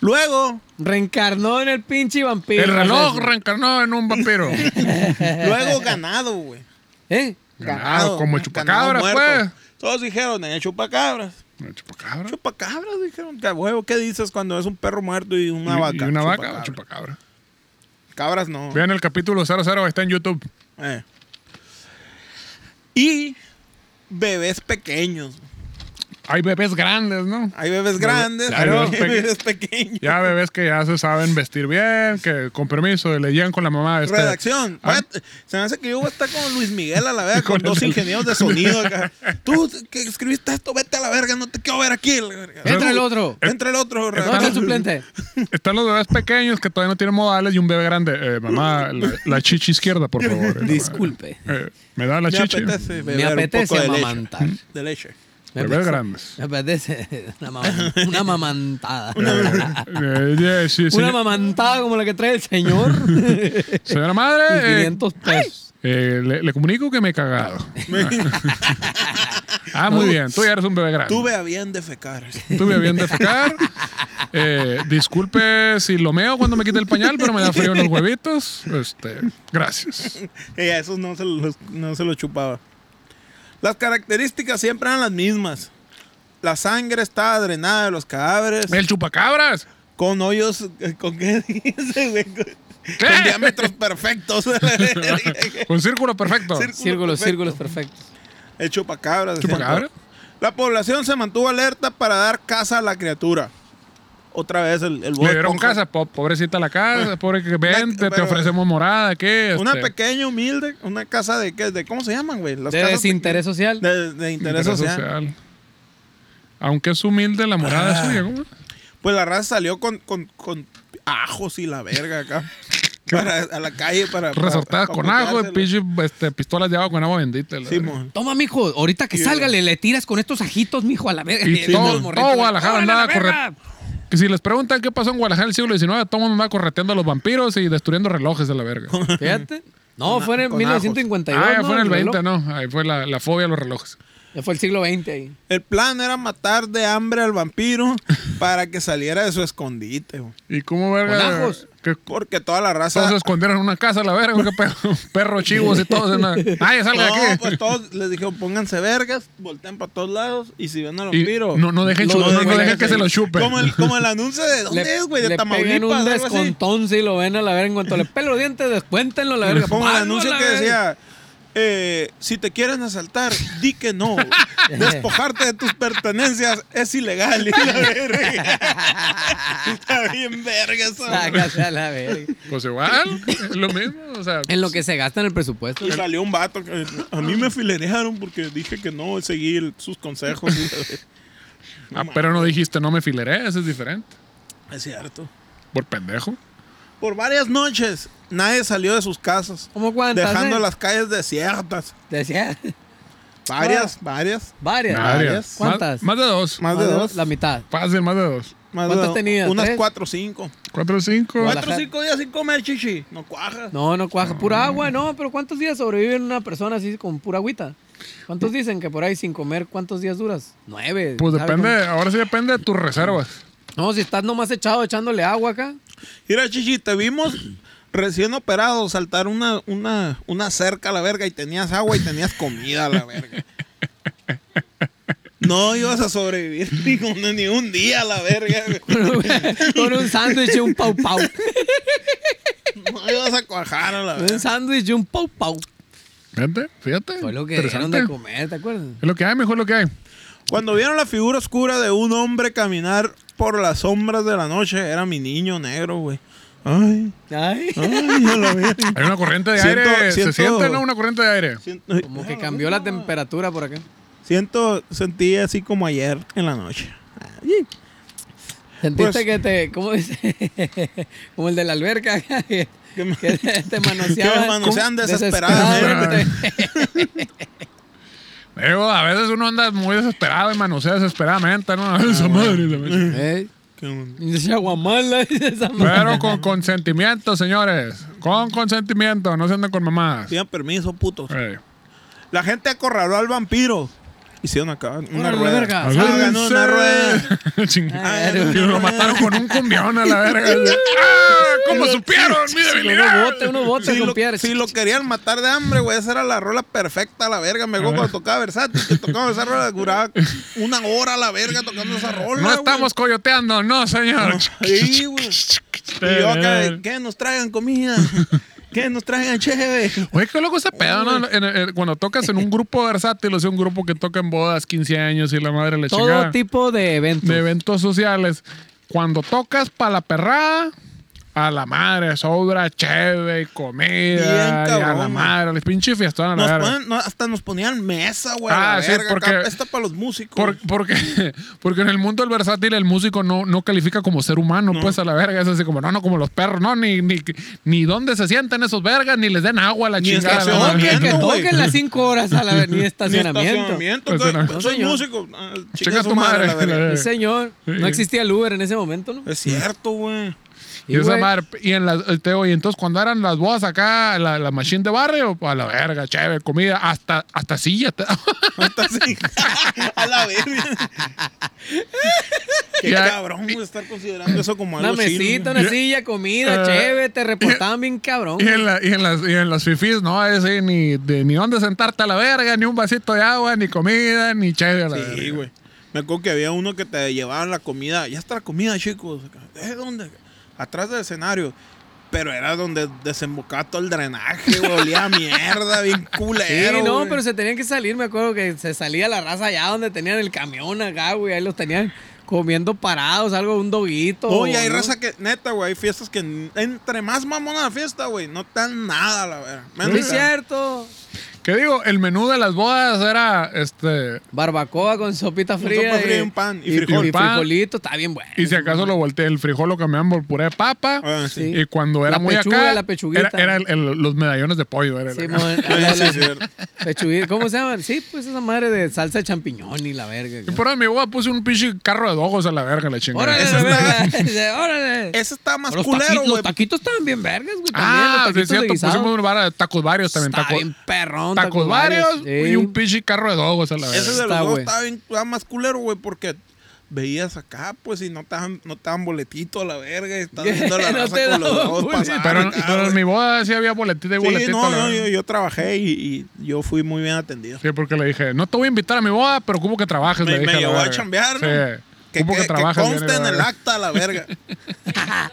D: Luego,
B: Reencarnó en el pinche vampiro.
C: El reloj
B: O sea,
C: reencarnó en un vampiro.
D: luego ganado, güey.
B: ¿Eh?
C: Ganado, Ah, como el chupacabras,
D: ganado muerto.
C: pues.
D: Todos dijeron, eh, chupacabras.
C: El chupacabra.
D: Chupacabras, dijeron, "Qué huevo, ¿qué dices cuando es un perro muerto y una
C: Y-
D: vaca?
C: Y una vaca,
D: Chupacabra. Oh.
C: chupacabra.
D: Cabras no.
C: Vean el capítulo 00, está en YouTube.
D: Eh. Y bebés pequeños.
C: Hay bebés grandes, ¿no?
D: Hay bebés grandes,
C: claro,
D: hay
C: peque-
D: bebés pequeños.
C: Ya bebés que ya se saben vestir bien, que con permiso le llegan con la mamá. Este,
D: Redacción.
C: Ah,
D: Voy a- se me hace que yo voy a estar como Luis Miguel a la verga, con dos ingenieros de sonido acá. Tú que escribiste esto, vete a la verga, no te quiero ver aquí. la verga.
B: Entra el otro.
D: Entra el otro.
B: No,
D: redacción.
B: está el suplente.
C: Están los bebés pequeños que todavía no tienen modales y un bebé grande. Eh, mamá, la, la chichi izquierda, por favor.
B: Disculpe.
C: Eh, me da la
D: Me
C: chichi.
D: apetece beber
B: Me apetece
D: un poco de leche.
B: amamantar.
D: De leche.
B: Me
C: Bebés
B: apetece-
C: grandes.
B: Me apetece una, mama- una mamantada.
C: Eh, yeah, sí,
B: Una
C: señor-
B: mamantada como la que trae el señor.
C: señora madre, eh,
B: 500 pesos.
C: eh, le, le comunico que me he cagado. ah, muy bien. Tú ya eres un bebé grande.
D: Tuve a bien defecar.
C: Estuve bien defecar. Eh, disculpe si lo meo cuando me quite el pañal, pero me da frío los huevitos. Este, gracias.
D: Eh, a esos no se, los, no se los chupaba. Las características siempre eran las mismas. La sangre estaba drenada de los cadáveres.
C: El chupacabras.
D: Con hoyos. eh, ¿Con qué dice, güey? Con,
C: ¿Qué?
D: con diámetros perfectos.
C: Un círculo perfecto.
D: Círculo
B: Círculos,
D: perfecto.
B: círculos perfectos.
D: El chupacabras. decían.
C: Chupacabra.
D: La población se mantuvo alerta para dar caza a la criatura. Otra vez el, el Bob
C: Le dieron
D: Esponja.
C: casa, po- pobrecita la casa, pobre que vente, te
D: pero-
C: ofrecemos morada, ¿qué?
D: Una
C: Este,
D: pequeña, humilde, una casa de qué, de cómo se llaman, güey. Las
B: De
D: casas
B: desinterés social.
D: De, de interés, social.
C: Aunque es humilde la morada
D: Ah,
C: suya, ¿cómo?
D: Pues la raza salió con, con, con ajos y la verga acá. para, a la calle para. para-
C: Resortada
D: para
C: con ajo, y
D: puteársela.
C: pinche este, pistolas de agua con agua bendita. la
D: Sí,
C: verga.
D: mo.
B: Toma, mijo, ahorita que
D: Sí,
B: salga,
D: güey.
B: le, le tiras con estos ajitos, mijo, a la verga.
C: Y
B: Y
C: todo-
B: los
C: todo
B: morritos,
C: Guadalajara
B: ¡Órale,
C: andaba
B: la verga!
C: Que si les preguntan qué pasó en Guadalajara en el siglo XIX, todo el mundo andaba correteando a los vampiros y destruyendo relojes de la verga.
B: Fíjate. No,
D: Con a-
B: fue en
D: con
B: 1952.
C: Ah, ya fue en el
B: reloj.
C: 20, ¿no? Ahí fue la, la fobia a los relojes.
B: Ya fue el siglo XX ahí.
D: El plan era matar de hambre al vampiro para que saliera de su escondite, güey.
C: ¿Y cómo verga?
B: ajos.
C: Que
D: Porque toda la
C: todos
D: raza.
C: se escondieron en una casa, la verga, qué pedo. Perros, chivos y todos. En una... Nadie salga de
D: No,
C: aquí.
D: pues todos les dijeron, pónganse vergas, volteen para todos lados y si ven al
C: Y
D: vampiro.
C: no, no dejen,
B: Lo
C: chu- no- no
B: dejen
C: dejen
B: que
C: que
B: se-
C: se lo chupen.
D: Como el, como el anuncio de ¿dónde es, güey? De
B: le peguen
D: Tamaulipas,
B: un
D: algo así.
B: descontón si lo ven a la verga. En cuanto le pelen los dientes, descuéntenlo a la verga.
D: Como el
B: ¡Palo a
D: anuncio
B: la
D: que
B: verga!
D: decía, eh, si te quieren asaltar, di que no. Despojarte de tus pertenencias es ilegal. Y la verga. Está bien verga esa. güey.
B: Sácate a la verga.
C: Pues igual, es lo mismo. O sea,
B: En lo que se gasta en el presupuesto.
D: Y salió un vato que a mí me filerearon porque dije que no seguí el- sus consejos. y la verga.
C: ah, pero no dijiste, no me fileré, eso es diferente.
D: Es cierto.
C: Por pendejo.
D: Por varias noches nadie salió de sus casas,
B: ¿Cómo cuántas?
D: dejando
B: eh?
D: las calles desiertas.
B: Decía.
D: Varias, varias.
B: Varias.
C: Varias. Más,
B: ¿Cuántas?
C: más de dos.
D: Más de dos.
B: La mitad.
C: Fácil, más de dos.
D: Más de
B: ¿Cuántas
D: dos.
B: tenías?
D: Unas
B: ¿Tres?
D: cuatro o cinco.
C: Cuatro o cinco.
B: Guadalajara.
D: Cuatro o cinco días sin comer, chichi. No cuajas.
B: No, no cuaja.
C: Ah.
B: Pura agua, no. Pero ¿cuántos días sobrevive una persona así con pura agüita? ¿Cuántos dicen que por ahí sin comer, cuántos días duras? Nueve.
C: Pues
B: ¿sabes?
C: depende, ahora sí depende de tus reservas.
B: No, si estás nomás echado echándole agua acá.
D: Mira, Chichi, te vimos recién operado saltar una, una, una cerca a la verga y tenías agua y tenías comida a la verga. No ibas a sobrevivir ni un, ni un día a la verga. güey.
B: con un sándwich y un pau pau.
D: No ibas a cuajar a la
B: un
D: verga.
B: sándwich y un pau pau.
C: Fíjate, fíjate.
B: Fue lo que dejaron
C: Interesante.
B: de comer, ¿te acuerdas?
C: Es lo que hay, mejor lo que hay.
D: Cuando vieron la figura oscura de un hombre caminar por las sombras de la noche, era mi niño negro, güey. Ay,
B: Ay.
D: ay, a la verga.
C: Hay una corriente de
D: Siento-
C: aire.
D: siento-
C: Se siente, ¿no? Una corriente de aire.
D: Siento-
B: Como que cambió la temperatura por acá.
D: Siento, sentí así como ayer en la noche. Ay.
B: Sentiste
D: Pues-
B: que te, ¿cómo dice? Como el de la alberca, que,
D: Que me-
B: que te manoseaban.
D: Que me manosean
B: ¿Cómo?
D: desesperadamente.
C: Digo, a veces uno anda muy desesperado y manosea desesperadamente, ¿no? A
D: Ah,
C: veces, madre, también.
B: Ey,
D: Que-
B: dice aguamala, dice esa madre.
C: Pero con consentimiento, señores. Con consentimiento, no se anden con mamadas.
D: Pidan permiso, putos.
C: Ey.
D: La gente acorraló al vampiro. Hicieron acá una
B: Órale,
D: rueda.
B: verga.
D: Ah, ganó una rueda. Ah,
C: Chingada.
B: Ay,
D: Ay,
C: Y lo mataron con un cumbión a la verga. ¡Ah! ¿Cómo supieron mi
B: Uno
C: debilidad?
B: bota, uno bota
D: Si
B: con
D: lo,
B: piedras.
D: si lo querían matar de hambre, güey, esa era la rola perfecta a la verga. Me acuerdo cuando tocaba Versátil, que tocaba esa rola, duraba una hora a la verga tocando esa rola.
C: No
D: güey.
C: estamos coyoteando, no, señor.
D: Sí, güey. Y yo acá, de, ¿qué nos traigan comida? ¿Qué nos traigan chévere?
C: Oye, qué loco ese pedo, ¿no? En- en- cuando tocas en un grupo versátil, o sea, un grupo que toca en bodas, 15 años y la madre le
B: Todo
C: chingada,
B: tipo de eventos.
C: de eventos sociales. Cuando tocas para la perrada, a la madre, sobra cheve y comida, y a
D: Bien,
C: la
D: cabrón,
C: madre, les pinche fiestón a la
D: Nos
C: verga.
D: ponen- no, hasta nos ponían mesa, güey. a
C: Ah,
D: la
C: sí,
D: verga,
C: porque-
D: acá, esta para los músicos.
C: Por- porque, porque en el mundo del versátil el músico no, no califica como ser humano, pues a la verga. Es así como, no, no, como los perros, no, ni, ni, ni dónde se sientan esos vergas, ni les den agua a la
D: Ni
C: chingada. la
B: No,
D: estacionamiento,
B: que,
C: madre.
B: que
D: güey.
B: toquen las 5 horas a la avenida ni estacionamiento.
D: Ni
C: Estacionamiento. pues,
D: que-
B: No,
D: Soy
B: señor.
D: músico. Ah,
C: Chinga
D: Chinga
C: tu
D: tu madre.
C: madre,
D: la verga.
C: la verga.
B: Sí, señor. No existía el Uber en ese momento, ¿no?
D: Es cierto, güey.
C: Y, esa
B: güey,
C: madre, y, en las- eh, te digo, y entonces cuando eran las bodas acá, la, la machine de barrio, a la verga, chévere, comida, hasta, hasta silla. te-
D: Hasta así. A la verga. Qué
C: Ya.
D: cabrón, güey, estar considerando eso como
B: Una
D: algo
B: mesita,
D: chido.
B: una silla, comida,
C: Eh,
B: chévere, te reportaban bien cabrón.
C: y, en la- y en las, y en las fifís, no, ahí sí, ni, de- ni dónde sentarte a la verga, ni un vasito de agua, ni comida, ni chévere. a la
D: güey. Sí,
C: verga.
D: güey. Me acuerdo que había uno que te llevaban la comida. Ya está la comida, chicos. ¿De dónde? Atrás del escenario. Pero era donde desembocaba todo el drenaje, güey. Olía a mierda, bien
B: Sí,
D: culero.
B: no,
D: güey.
B: pero se tenían que salir. Me acuerdo que se salía la raza allá donde tenían el camión acá, güey. Ahí los tenían comiendo parados, algo, un doguito.
D: Oye, hay
B: ¿no?
D: raza que, neta, güey, hay fiestas que n- entre más mamona la fiesta, güey, no te dan nada, la verdad.
B: Sí, es cierto.
C: Que digo, el menú de las bodas era este
B: Barbacoa con sopita fría.
D: sopa fría y un pan, y frijol.
C: Y pan.
B: frijolito, está bien bueno.
C: Y si acaso lo volteé, el frijol lo cambiaban por puré de papa.
D: Ah, sí.
B: Sí.
C: Y cuando era
B: La
C: muy
B: pechuga,
C: acá,
B: la pechuguita.
C: era, era el- el- los medallones de pollo. Era el-
B: Simón,
D: Ah,
B: la-
D: sí,
B: la-
D: es cierto.
B: pechuguita, ¿Cómo se llaman? Sí, pues esa madre de salsa de champiñón y la verga.
C: y
B: güey.
C: por ahí mi boda puse un pinche carro de dojos a la verga, la chingada.
B: Órale,
D: Eso
B: la
D: está-
B: verga. Órale.
D: Ese está más
B: Los
D: culero,
B: taquitos, los
D: güey.
B: taquitos estaban bien vergas, güey. También, los
C: ah, sí,
B: taquitos
C: es cierto,
B: de guisado.
C: pusimos un bar de tacos varios también.
B: Está
C: Taco,
B: bien perrón
C: tacos varios y un pinche carro de dogos a la
D: Ese
C: vez.
D: de
B: Está,
D: los dos
B: güey.
D: estaba, bien, estaba más culero, güey, porque veías acá, pues, y no estaban, no estaban boletitos a la verga. y Estaban viendo la
B: No
D: raza
B: te
D: con los
B: daban
D: dos
B: boleto.
D: pasar
C: Pero,
D: acá,
C: pero en
D: Ah, güey.
C: mi boda sí había boletito y boletito.
D: Sí,
C: a
D: no,
C: la
D: no,
C: vez.
D: yo, yo trabajé y, y yo fui muy bien atendido.
C: Sí, porque le dije, no te voy a invitar a mi boda, pero como que trabajes.
D: Me-
C: le dije
D: me
C: la
D: llevó a
C: verga.
D: chambear, ¿no?
C: Sí.
D: Que,
C: Ocupo
D: que, que
C: trabajes bien y
D: conste
C: la
D: en el
C: verga.
D: acta a la verga.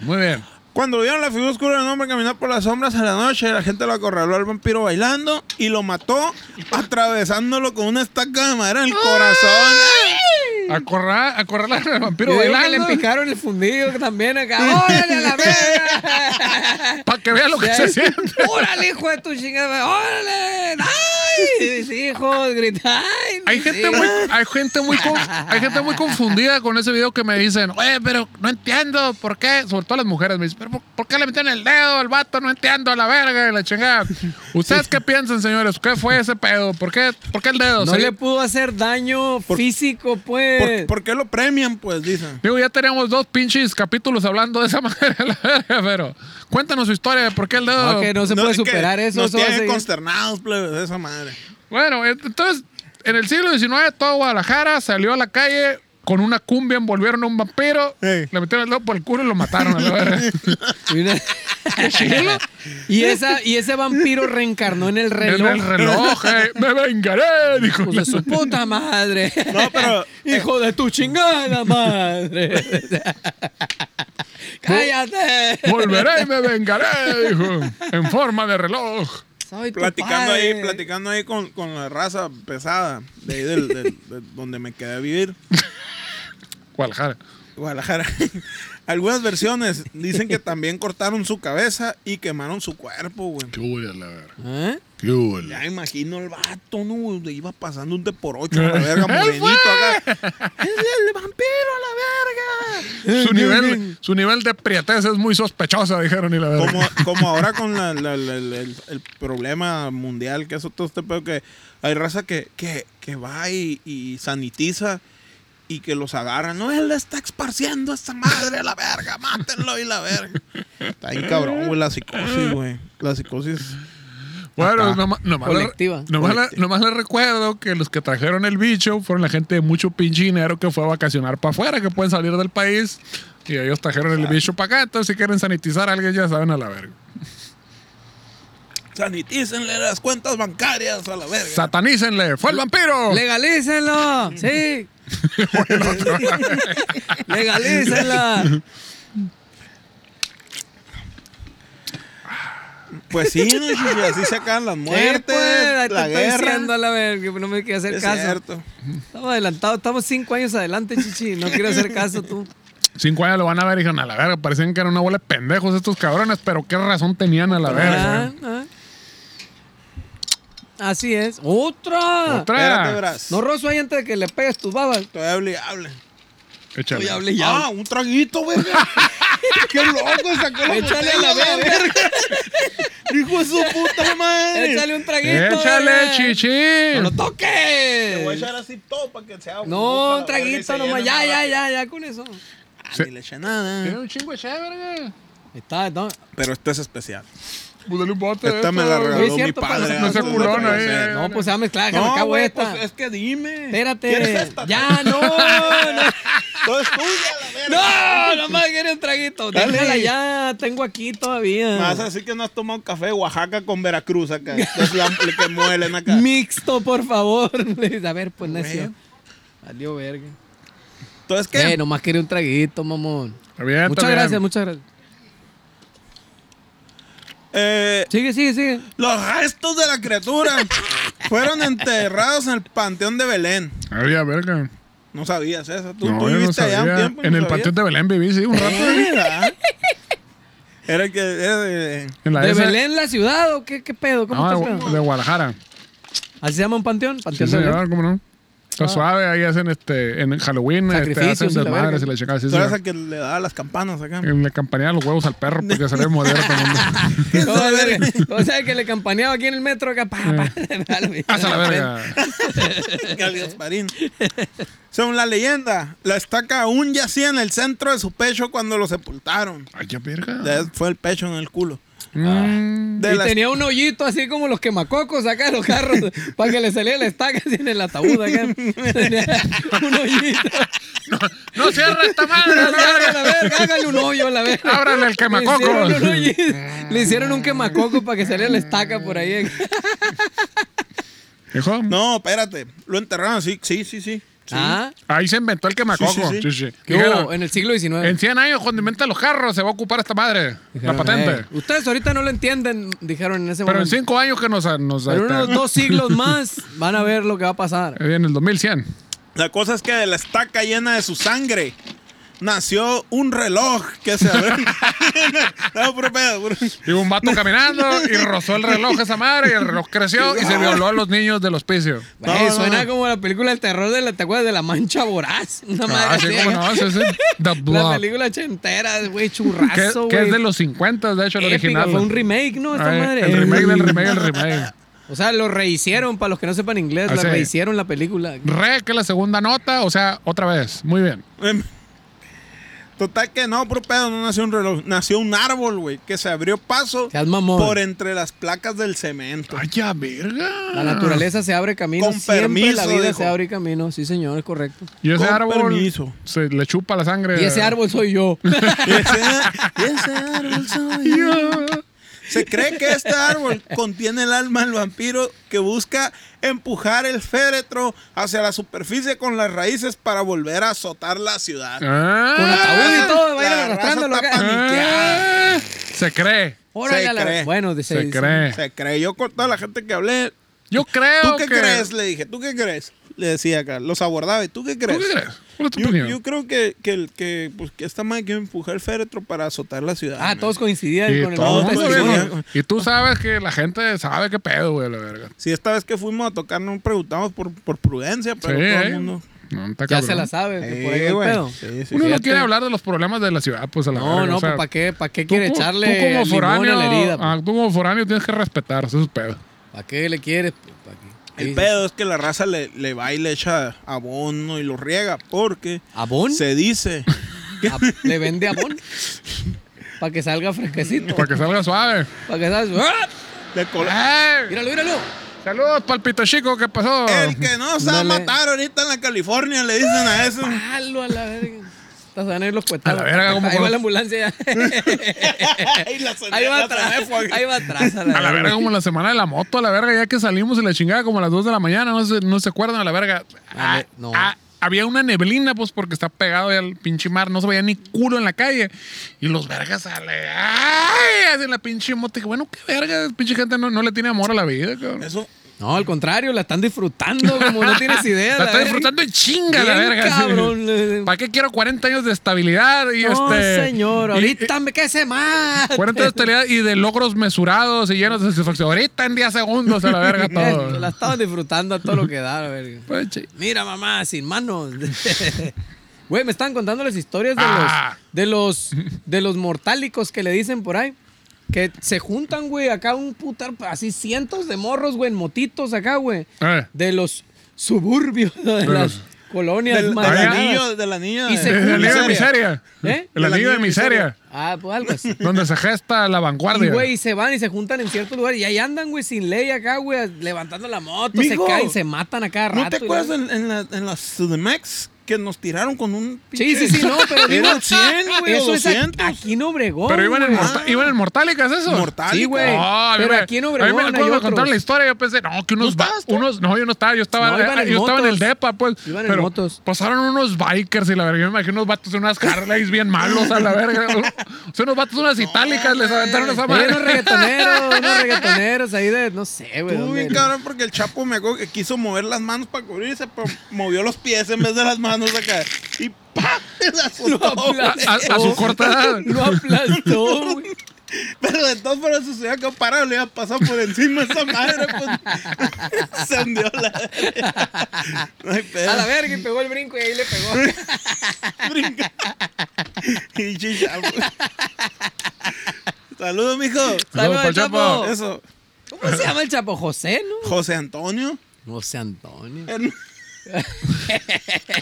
C: Muy bien.
D: Cuando vieron la figura oscura del hombre caminar por las sombras a la noche, la gente lo acorraló al vampiro bailando y lo mató atravesándolo con una estaca de madera en el corazón.
C: Acorra- Acorralar al vampiro
B: Pero le
C: bailando.
B: picaron el fundido también acá. ¡Órale a la verga!
C: Para que vea lo que se siente.
B: ¡Órale, hijo de tu chingada! ¡Órale! ¡Ay! Mis hijos, gritan.
C: Hay gente, muy, hay, gente muy con- hay gente muy confundida con ese video que me dicen, oye, pero no entiendo por qué, sobre todo las mujeres me dicen, pero ¿por, por qué le meten el dedo al vato? No entiendo, a la verga, y la chingada. ¿Ustedes qué piensan, señores? ¿Qué fue ese pedo? ¿Por qué, por qué el dedo?
B: No
C: Sí.
B: le pudo hacer daño físico,
D: ¿Por,
B: pues.
D: por qué lo premian? Pues dicen.
C: Digo, ya tenemos dos pinches capítulos hablando de esa manera, la verga, pero cuéntanos su historia de por qué el dedo.
B: No, que no se puede
D: es que
B: superar eso.
D: Nos
B: eso va a
D: tienen
B: seguir.
D: consternados, plebes, de esa madre.
C: Bueno, ent- entonces, en el siglo XIX, todo Guadalajara salió a la calle con una cumbia, envolvieron a un vampiro,
D: Ey.
C: le metieron el dedo por el culo y lo mataron. a la verga.
B: Y una- y, esa, y ese vampiro reencarnó en el reloj.
C: En el reloj, ey, me vengaré, dijo.
B: Hijo de su puta madre.
D: No, pero-
B: Hijo de tu chingada madre. Cállate.
C: la- Volveré y me vengaré, dijo. En forma de reloj.
B: Soy tu
D: Platicando
B: padre.
D: ahí, platicando ahí con, con la raza pesada de ahí del, del- de donde me quedé a vivir,
C: Guadalajara.
D: Guadalajara. Algunas versiones dicen que también cortaron su cabeza y quemaron su cuerpo, güey.
C: Qué huele, la verga.
B: ¿Eh?
C: Qué huele.
D: Ya imagino el vato, ¿no? güey? Iba pasando un de por ocho a la verga, morenito acá. ¡Es el vampiro a la verga!
C: Su nivel, su nivel de prietez es muy sospechosa, dijeron, y la verga.
D: Como, como ahora con la- la- la- la- el, el problema mundial, que eso todo este pedo, que hay raza que, que, que va y, y sanitiza y que los agarra. No, él está esparciendo a esta madre a la verga, mátenlo y la verga. Está bien cabrón, güey, la psicosis, güey. La psicosis.
C: Bueno,
D: Acá.
C: nomás, nomás, le-
B: Colectiva.
C: nomás le-
D: Colectiva.
C: nomás le recuerdo que los que trajeron el bicho fueron la gente de mucho pinche dinero que fue a vacacionar para afuera, que pueden salir del país. Y ellos trajeron el bicho para acá. Entonces, si quieren sanitizar a alguien, ya saben a la verga.
D: Sanitícenle las cuentas bancarias a la verga.
C: Satanícenle. ¡Fue el vampiro!
B: Legalícenlo. Sí. Legalícenla.
D: Pues sí, ¿no? Y así se acaban las
B: Muerte,
D: muertes,
B: pues,
D: la
B: te estoy
D: guerra.
B: diciendo, a la verga, que no me quiero hacer
D: Es
B: caso.
D: cierto.
B: Estamos adelantados, estamos cinco años adelante, chichi. No quiero hacer caso tú.
C: Cinco años lo van a ver y dijeron, a la verga, parecían que eran una bola de pendejos estos cabrones, pero qué razón tenían a la verga.
B: Ah, ah. Así es. ¡Otra!
C: Otra.
D: Espérate, verás.
B: No, Rosso, ahí antes de que le pegues tus babas.
D: Todavía hable, hable.
C: Échale.
B: Oye, hable
D: Ah,
B: ya.
D: un traguito, verga. Qué loco sacó la
B: Échale a la
D: botella,
B: verga.
D: Hijo de su puta madre.
B: Échale un traguito.
C: Échale,
B: verga.
C: chichi.
B: ¡No lo
D: Te voy a
B: toques!
D: echar así todo para que sea. burbuja,
B: No,
D: la
B: un
D: verga, y
B: traguito
D: se
B: nomás.
D: llena
B: Ya,
D: más
B: ya,
D: rápido.
B: ya, ya con eso. Ahí
D: Ah,
C: Se-
D: Ni le eché nada.
C: Tiene un chingo de ché, verga.
B: está, está.
D: Pero esta es especial.
C: Pues dale un bote. de
D: Esta me
C: esto.
D: la
B: Oye, es
D: regaló mi
B: cierto,
D: padre.
B: pasa- no
D: antes
C: sea
D: de
C: culón ahí,
D: conocer.
B: No, pues se va a mezclar, déjame
D: No,
B: acabo
D: güey,
B: esta.
D: pues es que dime. ¿Quieres
B: Espérate.
D: esta?
B: Ya, no, no.
D: Todo es tuya, la verga.
B: No, nomás quiero un traguito.
D: Dale.
B: Déjala ya, tengo aquí todavía.
D: Me vas a decir que no has tomado café de Oaxaca con Veracruz acá. Es la la que muelen acá.
B: Mixto, por favor. A ver, pues necio.
D: Güey.
B: Valió verga.
D: Entonces, ¿qué?
B: Eh, nomás quería un traguito, mamón.
C: Está bien, está
B: muchas
C: bien.
B: gracias, muchas gracias.
D: Eh,
B: Sigue, sigue, sigue.
D: Los restos de la criatura fueron enterrados en el panteón de Belén.
C: Había verga.
D: No sabías eso. Tú,
C: No,
D: tú
C: yo no
D: viviste allá un
C: sabía.
D: tiempo. y
C: En
D: no
C: el
D: sabías. Ah,
C: panteón de Belén viví, sí, un rato.
D: Mira. Era el que. Era de-
C: En la
B: ¿De
C: esa-
B: Belén la ciudad o qué, qué pedo? ¿Cómo
C: No,
B: está
C: de,
B: el pedo?
C: de Guadalajara.
B: ¿Así se llama un panteón?
C: Sí,
B: Panteón de Belén.
C: señor, ¿cómo no? Está suave, ahí hacen este, en Halloween, este,
B: Sacrificios
C: hacen
B: y la
C: desmadres y
B: verga.
C: la chingada. Sí,
D: Tú eras
C: señor.
D: el que le daba las campanas acá.
C: Y Le campanea los huevos al perro porque se le modera todo el mundo.
B: No, a ver, O sea, que le campaneaba aquí en el metro acá. Pa, pa,
C: Hasta Eh. la verga.
D: que al Gasparín. Según la leyenda, la estaca aún yacía en el centro de su pecho cuando lo sepultaron.
C: Ay, ya verga.
D: Le Fue el pecho en el culo.
C: Mm.
D: De
B: y
D: las-
B: tenía un hoyito así como los quemacocos acá en los carros para que le saliera la estaca así en el ataúd acá. Tenía un hoyito.
C: No cierra esta madre.
B: A la verga, a la verga, hágale un hoyo a la verga.
C: Ábrale el quemacoco.
B: Le hicieron un hoyito, le hicieron un quemacoco para que saliera la estaca por ahí.
C: Hijo,
D: No, espérate. Lo enterraron, sí, sí, sí, sí.
B: Ah,
C: ahí se inventó el quemacoco.
D: Sí, sí, sí.
C: Sí, sí.
B: ¿qué
C: Dijeron,
B: hubo? en el siglo XIX.
C: en 100 años, cuando inventen los carros, se va a ocupar esta madre.
B: Dijeron, eh,
C: la patente.
B: "Ey, ustedes ahorita no lo entienden, dijeron en ese
C: Pero en
B: momento.
C: 5 años que nos... nos
B: Pero
C: este,
B: unos dos siglos más van a ver lo que va a pasar.
C: En el 2100.
D: La cosa es que de la estaca llena de su sangre nació un reloj que se abrió. no, puro pedo, puro-
C: Y un vato caminando y rozó el reloj esa madre y el reloj creció y se violó a los niños del hospicio.
D: No,
B: Güey,
D: no,
B: suena
D: no.
B: como la película El terror de la ¿te acuerdas de la mancha voraz. Una madre
C: Ah, sí,
B: así,
C: cómo
B: acá.
C: no, sí, sí. The
B: La
C: Blob.
B: película ochentera, güey,
C: Que,
B: churrazo, güey.
C: que es de los 50, de hecho, el
B: Épica,
C: original.
B: Fue un remake, ¿no? Esta
C: Ay,
B: madre.
C: El remake del remake del remake.
B: O sea, lo rehicieron, para los que no sepan inglés,
C: Ah,
B: la
C: sí.
B: rehicieron la película.
C: Re, que es la segunda nota, o sea, otra vez. Muy bien.
D: Em, Total que no, puro pedo, no nació un reloj. Nació un árbol, güey, que se abrió paso
B: Seas mamón.
D: por entre las placas del cemento.
C: Ay, ya, verga.
B: La naturaleza se abre camino.
D: Con
B: Siempre la
D: permiso,
B: vida
D: dijo.
B: se abre camino. Sí, señor, es correcto.
C: Y ese
D: Con
C: árbol
D: permiso.
C: se le chupa la sangre.
B: Y ese árbol soy yo.
D: Y ese, y ese árbol soy yo. Se cree que este árbol contiene el alma del vampiro que busca empujar el féretro hacia la superficie con las raíces para volver a azotar la ciudad.
B: Con
C: Ah,
B: ataúd y todo, vayan
D: La
B: arrastrándolo
D: raza
B: acá.
D: está
B: ah,
D: paniqueada.
C: se cree.
B: Órale,
D: Se
B: a la-
D: cree.
B: Bueno, de-
C: Se
B: se-
C: cree.
D: Se creyó con toda la gente que hablé.
C: Yo
B: Ah,
C: creo
D: ¿Tú qué
C: que.
D: crees? Le dije, ¿tú qué crees? Le decía acá, los abordaba y ¿tú qué
C: ¿Tú
D: crees?
C: qué crees? ¿Cuál es tu
D: Yo,
C: opinión?
D: yo creo que, que, el- que, pues, que esta madre quiere empujar el féretro para azotar la ciudad.
B: Ah,
D: man.
B: todos coincidían
C: Y
B: con el
C: todo
D: No,
C: el
B: mismo
C: mundo
D: pues,
C: viene.
B: testimonio.
D: sí.
C: Y tú sabes que la gente sabe qué pedo, güey, la verga.
D: Si esta vez que fuimos a tocar no preguntamos por, por prudencia, pero
C: sí,
D: todo
C: ¿eh?
D: el mundo...
C: No, está
B: Ya
C: cabrón.
B: se la sabe. que por ahí
D: Sí,
B: va el
D: güey.
B: pedo.
D: Sí, sí,
C: Uno
D: sí.
C: no
B: Fíjate.
C: quiere hablar de los problemas de la ciudad, pues a la
B: No,
C: verga,
B: no,
C: o sea,
B: ¿para qué, pa' qué
C: tú
B: quiere
C: co-
B: echarle
C: tú como
B: limón a
C: foráneo,
B: la herida? pues?
C: ah, tú como foráneo tienes que respetar, eso es pedo.
B: ¿Para qué le quieres? pues? ¿Pa' qué?
D: El
B: Sí.
D: pedo es que la raza le, le va y le echa abono y lo riega porque
B: ¿Abón?
D: se dice
B: A- ¿Le vende abón? Para que salga fresquecito.
C: Para que salga suave.
B: Para que salga... ¡Ah!
D: de col-
C: ¡Ey!
B: Míralo, míralo.
C: Saludos, palpito chico, ¿qué pasó?
D: el que no se va a
B: Oh, Dale.
D: matar ahorita en la California le dicen a eso.
B: Palo a la verga. Hasta se van a ir los cuetados.
C: A la verga, Pues, como
B: Ahí va
C: cuando-
B: la ambulancia ya.
D: Ay, la soné-
B: Ahí va
D: la
B: atrás.
D: soné, fue-
B: Ahí va atrás. A
C: pues. A la verga, como la semana de la moto, a la verga, ya que salimos y la chingada como a las 2 de la mañana, no se, no se acuerdan, a la verga. Ah,
B: Vale, no.
C: ah, había una neblina, pues, porque está pegado ya al pinche mar, no se veía ni culo en la calle. Y los vergas sale, ¡ay! Hacen la pinche moto. Y dije, bueno, qué verga, pinche gente no, no le tiene amor a la vida, cabrón.
D: Eso,
B: No, al contrario, la están disfrutando como no tienes idea.
C: La está
B: verga.
C: disfrutando en chinga, la
B: Bien
C: verga. sí.
B: cabrón, le-
C: ¿Para qué quiero 40 años de estabilidad? Y
B: No,
C: este,
B: señor,
C: y-
B: ahorita me que se más.
C: 40 de estabilidad y de logros mesurados y llenos de satisfacción. Ahorita en 10 segundos a la verga todo.
B: La estaban disfrutando a todo lo que da, la verga.
C: Pues, chi-
B: Mira, mamá, sin manos. Güey, me estaban contando las historias de,
C: Ah.
B: los, de los de los mortálicos que le dicen por ahí. Que se juntan, güey, acá un putar, así cientos de morros, güey, en motitos acá, güey.
C: Eh.
B: De los suburbios, de las colonias
D: del, del
B: marganadas.
D: anillo, de la niña.
B: Y se
C: En la
B: juntan.
C: Liga de Miseria.
B: ¿Eh?
C: En la Liga de Miseria.
B: Ah, pues algo así.
C: Donde se gesta la
B: Y,
C: vanguardia.
B: güey, y se van y se juntan en ciertos lugares. Y ahí andan, güey, sin ley acá, güey, levantando la moto,
D: Mijo,
B: se caen, se matan a cada rato.
D: ¿No te
B: y la-
D: acuerdas en, en la, en la Sudemex que nos tiraron con un
B: Sí, sí, sí, no, pero digo,
D: Eran 100, güey, o
B: eso es a-
D: 200.
B: aquí en Obregón.
C: Pero iban en,
B: güey.
C: morta- iban en Mortálicas, eso.
D: mortal?
B: Sí, güey.
C: Ah, a mí
B: Pero
C: me-
B: aquí en
C: a mí me-
B: Obregón hay
C: cuando me contaron
B: otros.
C: la historia, yo pensé, no, que unos.
D: ¿No
C: va-
D: estabas tú?
C: unos no, yo no estaba, yo estaba, eh,
B: No, iban en
C: yo estaba en el
B: motos.
C: DEPA, pues.
B: Iban en
C: pero
B: motos.
C: Pasaron unos bikers y la verga. Yo me imagino unos vatos en unas Harleys bien malos a la verga. O sea, unos vatos unas itálicas, les aventaron esa
B: Hay unos
C: madre.
B: reggaetoneros, unos reggaetoneros ahí de, no sé, güey.
D: Estuvo
B: dónde
D: bien
B: era.
D: cabrón porque el Chapo me acuerdo que quiso mover las manos para cubrirse, pero movió los pies en vez de las manos acá. Y ¡pa! Se
B: Lo
D: asustó.
C: A,
B: aplastó.
C: a- a su corta edad.
B: Lo aplastó, güey.
D: Pero de todas formas sucedió que parado le iba a pasar por encima esa madre. Pues, se hundió la. No hay pedo.
B: A la verga y pegó el brinco y ahí le pegó.
D: Brinca. Y chicha. Saludos, mijo.
B: Saludos
C: pa'l
B: al
C: Chapo.
B: Chapo.
D: Eso.
B: ¿Cómo se llama el Chapo? José, ¿no?
D: José Antonio.
B: José Antonio.
D: Her-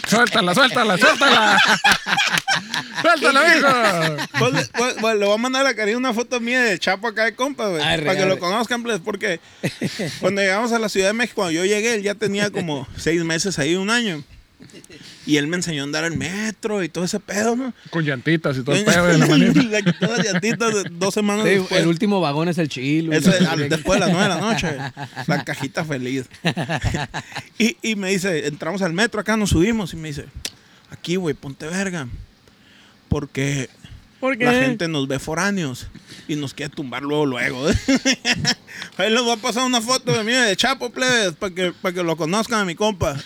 C: Suéltala, suéltala, suéltala. suéltala, hijo.
D: Pues, le- pues, pues, le voy a mandar a Karina una foto mía de Chapo acá de compa, güey.
B: Ay,
D: Para que
B: regale.
D: lo conozcan, pues, porque cuando llegamos a la Ciudad de México, cuando yo llegué, él ya tenía como seis meses ahí, un año. Y él me enseñó a andar en metro y todo ese pedo, ¿no?
C: Con llantitas
B: Pues,
C: y todo el pedo en la manita.
D: Le quitó las llantitas de dos
C: Ah,
D: semanas
B: Sí,
D: después.
B: el último vagón es el chilo.
D: Eso es al- después de las nueve de la noche, güey. la cajita feliz. y, y me dice, entramos al metro acá, nos subimos y me dice, aquí, güey, ponte verga. Porque
B: ¿Por qué?
D: la gente nos ve foráneos y nos quiere tumbar luego, luego. Ahí les voy a pasar una foto de mí de Chapo, plebes, para que, pa' que lo conozcan a mi compa.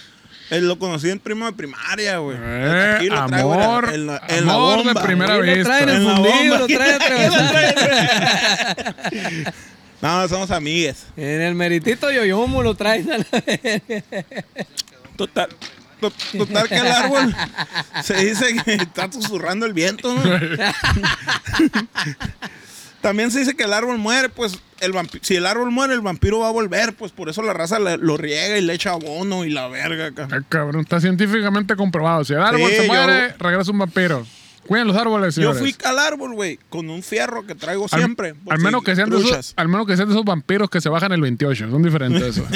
D: Él lo conocí en primo de primaria, güey.
C: Eh,
D: Aquí lo traigo en la-
C: amor,
D: en la- en la
C: amor de
D: bomba.
C: primera
B: Ahí lo traen
C: vista.
D: En
B: en
D: la
B: fundido,
D: bomba.
B: lo traen atravesado.
D: No, somos amigues.
B: En el meritito yoyomo lo traen. a la-
D: Total, to- total que el árbol se dice que está susurrando el viento, ¿no? También se dice que el árbol muere, pues el vampi- si el árbol muere, el vampiro va a volver, pues por eso la raza le- lo riega y le echa abono y la verga. acá.
C: Ah, cabrón, está científicamente comprobado. Si el árbol
D: Sí,
C: se
D: yo-
C: muere, regresa un vampiro. Cuiden los árboles,
D: Yo
C: señores.
D: fui al árbol, güey, con un fierro que traigo
C: Al-
D: siempre.
C: Al,
D: por si
C: menos que sean de
D: truchas.
C: esos, al menos que sean de esos vampiros que se bajan el 28. Son diferentes eso.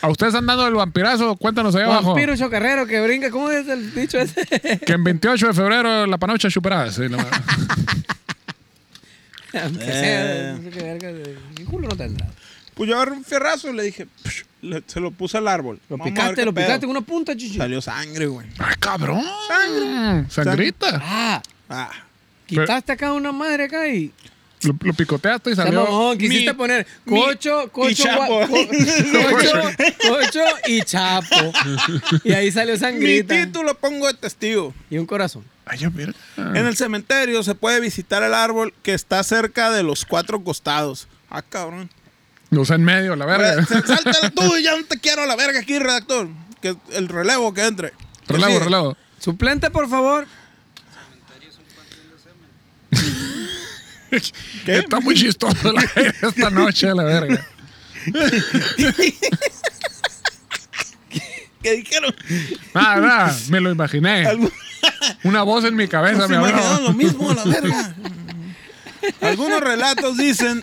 C: A ustedes han dado el vampirazo, cuéntanos ahí abajo.
B: Vampiro chocarrero que brinca. ¿Cómo es el dicho ese?
C: Que en 28 de febrero la panocha chupará. Sí, no,
B: Aunque
D: Eh.
B: sea, no sé qué verga, de- ¿qué culo no tendrá?
D: Pues yo agarré un fierrazo y le dije, "Psh", le- se lo puse al árbol.
B: Lo
D: Vamos a ver
B: picaste,
D: qué
B: lo
D: pedo.
B: picaste con una punta, chichi.
D: Salió sangre, güey.
C: ¡Ay, cabrón!
D: Sangre.
C: Mm, Sangrita.
B: Ah,
D: Ah.
B: quitaste acá una madre acá y.
C: Lo, lo picoteaste y
B: O sea,
C: salió.
B: mamón, quisiste
D: Mi-
B: poner
D: mi-
B: cocho,
D: y
B: cocho,
D: chapo.
B: gua- co- cocho, cocho y chapo. Y ahí salió
D: Mi
B: sangrita.
D: título pongo de testigo.
B: Y un corazón.
C: Ay, ya, mira.
D: En el cementerio se puede visitar el árbol que está cerca de los cuatro costados. Ah, cabrón.
C: Los en medio, la verga.
D: Re- Sáltala tú y ya no te quiero a la verga aquí, redactor. Que el relevo que entre. Que
C: Relevo,
D: sigue.
C: relevo.
B: Suplente, por favor.
D: ¿Qué?
C: Está muy chistoso la- esta noche, la verga.
D: ¿Qué dijeron?
C: Nada, nada, Ah, me lo imaginé. Una voz en mi cabeza
D: Se
C: me
D: imaginaron lo
C: habló.
D: mismo a la verga. Algunos relatos dicen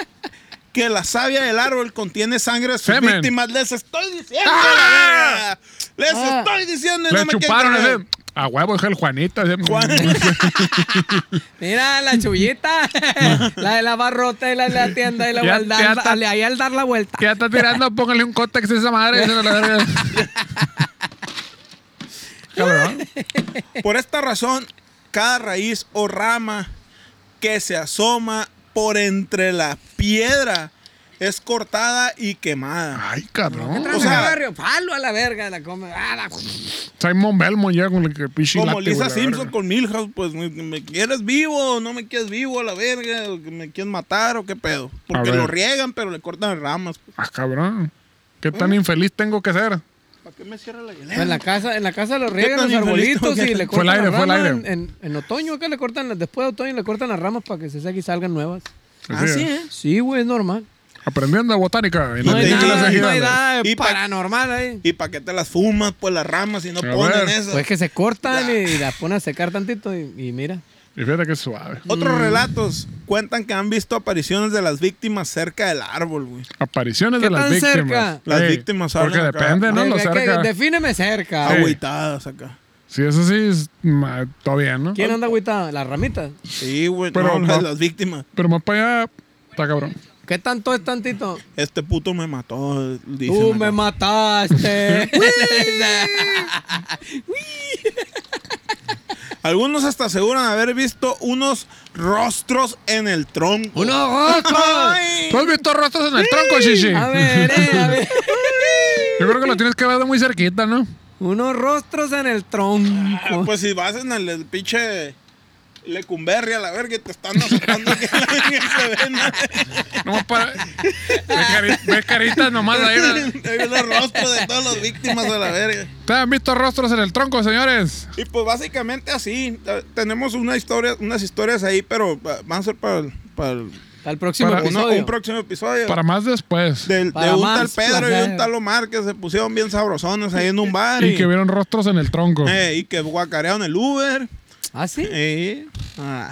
D: que la savia del árbol contiene sangre de sus
C: Semen.
D: víctimas. Les estoy diciendo,
C: Ah.
D: la verga. Les
B: Ah.
D: estoy diciendo. y
C: Le
D: no me quieren
C: chuparon
D: creer.
C: ese. A huevo, es el Juanito. ese-
D: Juan-
B: Mira, la chullita. la de la barrota y la de la tienda y la
C: Ya-
B: guardar.
C: ya está-
B: dale, Ahí al dar la vuelta.
C: Ya está tirando, póngale un cótex a esa madre. esa no la verga. Cabrón.
D: Por esta razón, cada raíz o rama que se asoma por entre la piedra es cortada y quemada.
C: Ay, cabrón.
B: Tras
D: O sea-
B: el barrio, palo a la verga, la come. Ah, la-
C: Simon Belmont ya con el que pichi
D: Como
C: late,
D: Lisa
C: güey, la
D: Simpson
C: verga.
D: con Milhouse, pues me, me quieres vivo o no me quieres vivo a la verga, o que me quieres matar o qué pedo. Porque
C: A ver.
D: lo riegan, pero le cortan las ramas. pues,
C: Ah, cabrón. ¿Qué
D: Mm.
C: tan infeliz tengo que
D: Ah,
C: ser?
D: ¿Para qué me cierra la
B: Pues
D: hielera?
B: en la casa, en la casa lo
D: tan
B: riegan los
D: infeliz tengo
B: arbolitos
D: que
B: y
D: ser?
B: le cortan
C: Fue el aire,
B: las
C: fue el
B: ramas
C: aire.
B: En, en- en otoño acá le cortan, las- después de otoño le cortan las ramas para que se seque y salgan nuevas.
D: Ah,
C: Así
D: sí,
C: es.
D: ¿eh?
B: Sí, güey, es normal.
C: Aprendiendo botánica. en
B: No
C: las
B: hay
D: tengo
C: islas
B: nada, no hay
C: ejidales.
B: nada
D: Y pa-
B: paranormal ahí.
D: ¿Y para qué te las fumas, pues las ramas y no
C: A
D: ponen
C: ver.
D: eso?
B: Pues que se cortan y, y las ponen a secar tantito y, y mira.
C: Y fíjate que suave.
D: Otros relatos cuentan que han visto apariciones de las víctimas cerca del árbol, güey.
C: Apariciones
B: ¿Qué
C: de las
B: tan
C: víctimas.
B: cerca?
D: Las
C: Ey,
D: víctimas hablan
C: Porque
D: acá.
C: depende, ¿no?
B: Eh,
C: Lo
B: que-
C: cerca.
B: que- defíneme cerca.
C: Ah, güey.
D: Agüitadas acá.
C: Si eso sí, es, ma, todo bien, ¿no?
B: ¿Quién anda agüita? Las ramitas.
D: Sí, güey.
C: Pero
D: no, pues,
C: no.
D: las víctimas.
C: Pero más para allá, está cabrón.
B: ¿Qué tanto es tantito?
D: Este puto me mató. dicen
B: Tú
D: acá.
B: me mataste.
D: Algunos hasta aseguran haber visto unos rostros en el tronco.
B: ¡Unos rostros!
D: Ay.
C: ¿Tú has visto rostros en el tronco, Shishi?
B: A
C: Yo
B: ver, eh, a ver.
C: creo que lo tienes que ver de muy cerquita, ¿no?
B: Unos rostros en el tronco.
D: Pues si vas en el, el pinche lecumberri a la verga y te están azotando que la verga se ven.
C: Nomás para... ves, cari- ves caritas nomás ahí. ¿no?
D: Hay unos rostros de todas las víctimas a la verga.
C: ¿Te han visto rostros en el tronco, señores?
D: Y pues eh, básicamente así. eh, Tenemos una historia, unas historias ahí, pero pa- van a ser para el, para el
B: Al próximo
C: Para-
D: Uno-
B: episodio.
D: un próximo episodio.
C: Para más después.
D: de, de
B: para
D: un
B: más
D: tal Pedro y
B: placer.
D: un tal Omar que se pusieron bien sabrosones ahí en un bar.
C: y que vieron rostros en el tronco.
D: eh, y que guacarearon el Uber.
B: ¿Ah, sí?
D: eh, ah,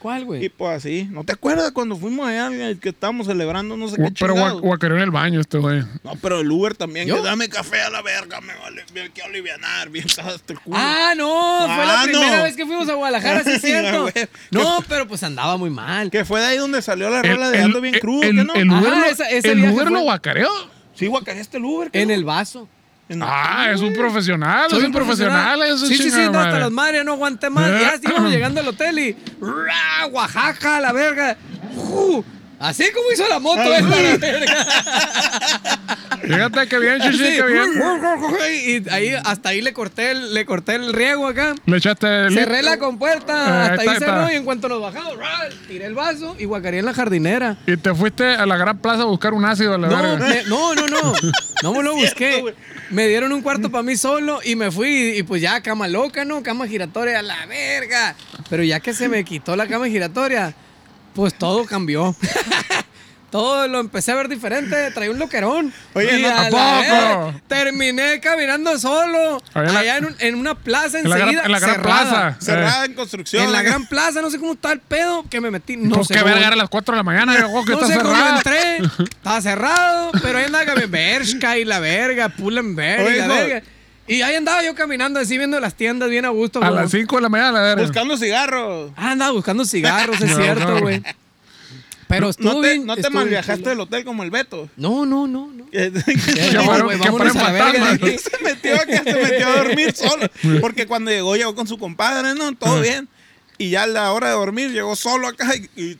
B: ¿Cuál,
D: y
B: güey?
D: pues así. ¿No te acuerdas cuando fuimos allá el que estábamos celebrando no sé qué
C: Gua- pero gua-
D: chingados?
C: guacareó en el baño este güey.
D: No, pero el Uber también.
B: ¿Yo?
D: Que dame café a la verga, me vale. Me quiero alivianar. Bien, estás hasta el culo.
B: Ah, no, fue
D: Ah,
B: la primera
D: no.
B: vez que fuimos a Guadalajara, sí es
D: Ya,
B: cierto.
D: güey.
B: no, pero pues andaba muy mal.
D: Que fue de ahí donde salió la
C: El-
D: rola de
C: el-
D: Ando Bien
C: el-
D: Crudo,
C: el-
D: ¿qué no? Ah,
C: el Uber,
B: Ajá,
C: lo-
B: esa- ese
C: el
B: viaje
C: Uber
B: fue-
C: lo guacareó.
D: Sí, guacareaste el Uber. ¿qué
B: En
D: no?
B: el vaso.
D: En-
C: Ah, es un profesional, es un profesional, eso
B: Sí, sí, sí,
C: chingada
B: no, hasta
C: madre. Eh.
B: las madres, no aguanté más. Ya íbamos llegando al hotel y. ¡ra! ¡Oaxaca, la verga! ¡Uh! Así como hizo la moto esta, la verga.
C: Fíjate que bien,
B: Sí,
C: chichi, que bien.
B: Y ahí, hasta ahí le corté el, le corté el riego acá.
C: Le echaste el...
B: Cerré la compuerta,
C: Eh,
B: hasta
C: está,
B: ahí cerró
C: está.
B: y en cuanto nos bajamos, ¡ra! tiré el vaso y guacaría en la jardinera.
C: Y te fuiste a la gran plaza a buscar un ácido a la
B: No,
C: verga.
B: me- no, no, no. No me lo busqué. Me dieron un cuarto para mí solo y me fui. Y, pues ya, cama loca, ¿no? Cama giratoria, a la verga. Pero ya que se me quitó la cama giratoria, pues todo cambió. Todo lo empecé a ver diferente, traía un loquerón.
D: Oye,
B: Y
D: no-
B: a
C: ¿A
B: la
C: poco?
B: verga, terminé caminando solo.
C: Ahí en la-
B: allá en, un- en una plaza
C: la gran-
B: enseguida.
C: en la gran
B: cerrada.
C: plaza.
D: Cerrada en construcción.
B: En la gran plaza, no sé cómo está el pedo que me metí. No
C: pues
B: sé
C: que
B: cómo-
C: verga era a las 4 de la mañana, yo que
B: no
C: está
B: sé cómo
C: cerrada.
B: entré, estaba cerrado, pero ahí andaba que Bershka y la verga, Pull&Bear y
D: Oye,
B: la
D: hijo.
B: verga. Y ahí andaba yo caminando así, viendo las tiendas bien a gusto.
C: A
B: güey.
C: las 5 de la mañana, la verga.
B: Pues,
D: Buscando cigarros.
B: Ah, andaba buscando cigarros, es
C: No,
B: cierto,
C: no.
B: güey. Pero estuvo
D: No te,
B: bien,
D: no te
B: estuvo
D: malviajaste
B: bien
D: del hotel como el Beto.
B: chulo. No, no, no, no.
D: se
C: Ya
B: No,
C: fueron-
B: güey,
C: que
B: vámonos
C: fueron
B: a la verga de aquí.
D: metió acá, se metió a dormir solo. Porque cuando llegó, llegó con su compadre, ¿no? Todo bien. Y ya a la hora de dormir, llegó solo acá y. y,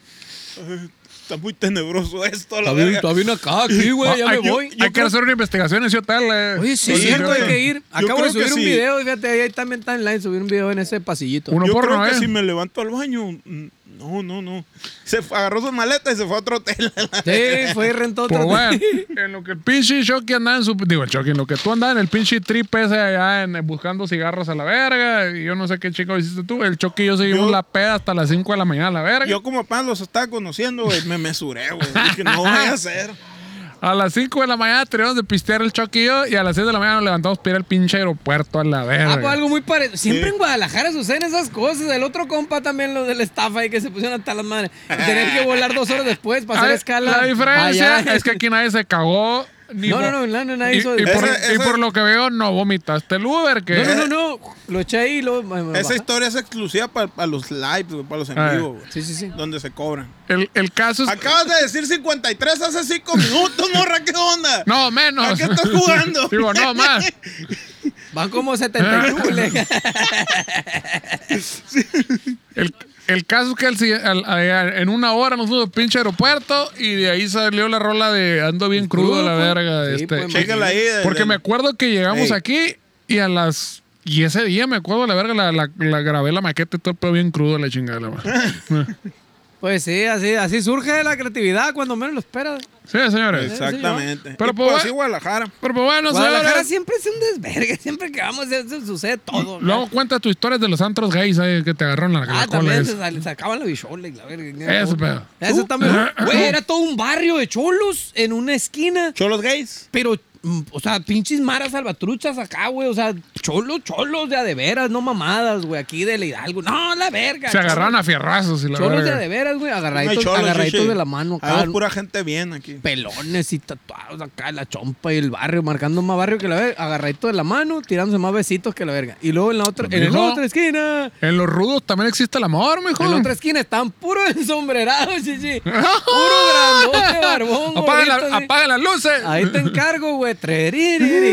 D: "Ay, está muy tenebroso esto, la
B: Está bien,
D: verga.
B: está bien acá, aquí,
C: Ah,
B: güey, ya me
C: hay, que-
B: voy.
C: hay que hacer una investigación en ese hotel. eh.
B: Oye, sí,
D: Yo
B: es cierto,
D: creo
B: hay
D: que-
B: que ir.
D: yo
B: Acabo de
D: creo que
B: subir un
D: sí.
B: video, fíjate, ahí también está en line, subir un video en ese pasillito.
C: Uno
D: Yo
C: porno,
D: creo que
C: eh.
D: si me levanto al baño. mm, No, no, no. Se fue- agarró su maleta y se fue a otro hotel.
B: Sí, fue y
C: Pues
B: rentó otro.
C: bueno, en lo que el pinche Chucky andaba en su. Digo, el Chucky, en lo que tú andabas en el pinche trip ese allá en, eh, buscando cigarros a la verga. Y yo no sé qué chico hiciste tú. El Chucky y yo seguimos
D: Yo-
C: la peda hasta las 5 de la mañana a la verga.
D: Yo, como apenas los estaba conociendo, güey, me mesuré, güey. Dije, no voy a hacer.
C: A las 5 de la mañana terminamos de pistear el Chucky y yo. Y a las 6 de la mañana nos levantamos para ir al pinche aeropuerto a la verga.
B: Ah, pues algo muy parecido. Siempre
D: Sí.
B: en Guadalajara suceden esas cosas. El otro compa también, los del staff ahí que se pusieron hasta las madres. Y Tenían que volar dos horas después para hacer
C: Ay,
B: escala.
C: La diferencia
B: allá.
C: es que aquí nadie se cagó. Ni
B: No,
C: vo-
B: no, no, no, no, nadie
C: y,
B: hizo
C: y
B: de-
C: por,
D: Esa-
C: y
D: esa-
C: por lo que veo, no vomitaste el Uber. Que
B: No, no, no, no. Lo eché ahí y luego. me- me
D: Esa
B: bajé.
D: historia es exclusiva para los lives, güey, para los en
C: Ah.
D: vivo, güey,
B: Sí, sí, sí.
D: Donde se cobran.
C: El, el caso es.
D: Acabas de decir 53 hace 5 minutos, morra, ¿qué onda?
C: No, menos.
D: ¿A qué estás jugando?
C: Digo, no, más.
B: Van como 71. le-
C: El, el caso es que al si- al- a- en una hora nos fuimos al pinche aeropuerto y de ahí salió la rola de Ando bien crudo,
B: Crudo,
C: la
B: pues.
C: verga.
B: Sí,
C: este.
B: pues,
D: Chécala ahí. del-
C: Porque me
D: del-
C: acuerdo que llegamos
D: Ey.
C: aquí y a las. Y ese día me acuerdo, la verga, la, la- la grabé la maqueta y todo el pedo bien crudo, la chingada. La madre.
B: Pues sí, así, así surge la creatividad cuando menos lo esperas.
C: sí, señores.
D: Exactamente.
C: Pero,
D: Y
C: pues,
D: pues, así
C: güey.
D: Guadalajara.
C: Pero pues bueno,
B: Guadalajara
C: señores.
B: siempre es un desvergue. Siempre que vamos, eso sucede todo.
C: Luego cuenta tus historias de los antros gays ahí que te agarraron la, la
B: Ah,
C: cola.
B: también se,
C: esa.
B: sal- sacaban los bicholes, la verga.
C: Eso, uh, pedo.
B: Eso está mejor. Güey, era todo un barrio de cholos en una esquina,
D: Cholos gays.
B: pero, mm, o sea, pinches maras salvatruchas acá, güey. O sea, cholos, cholos de a de veras, no mamadas, güey, aquí de la Hidalgo. No, la verga.
C: Se agarraron
B: cholos-
C: a fierrazos y la
B: Cholos de a
C: verga.
B: de veras, güey,
D: No hay
B: agarraditos,
D: cholos,
B: agarraditos
D: sí,
B: de
D: sí.
B: la mano acá.
D: Habemos pura gente bien aquí.
B: Pelones y tatuados acá, la chompa y el barrio, marcando más barrio que la verga, agarradito de la mano, tirándose más besitos que la verga. Y luego en la otra, en la
C: Mijo.
B: otra esquina,
C: En los rudos también existe el amor, mijo.
B: En la otra esquina están puros ensombrerados, chichi. Puro grandote, barbón.
C: Apaga, la-
B: gordito, sí.
C: apaga las luces.
B: Ahí te encargo, güey.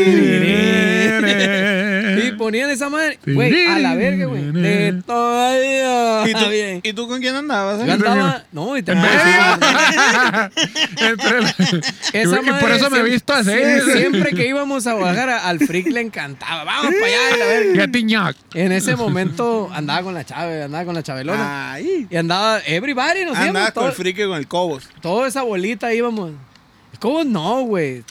B: Treriririririri. Y
C: pues.
B: ponían esa madre, güey, a la verga, güey. De todavía. Ah,
D: ¿Y tú,
B: bien.
D: ¿Y tú con quién andabas?
B: Yo
D: eh?
B: andaba. No, y te
C: En
B: puedo decir,
C: vez- Entre la-
B: pues. esa
C: y, y por
B: madre
C: eso me he
B: siempre-
C: visto así.
B: sí, Siempre que íbamos a bajar a- al freak le encantaba. Vamos para allá, a la verga.
C: Ya tiñac.
B: En ese momento andaba con la chave, andaba con la
C: Ah.
B: chabelona.
D: Ahí.
B: Y andaba everybody, nos íbamos
D: Andabas con el
B: todos.
D: friki y con el cobos.
B: Toda esa bolita íbamos. ¿Cómo no, güey?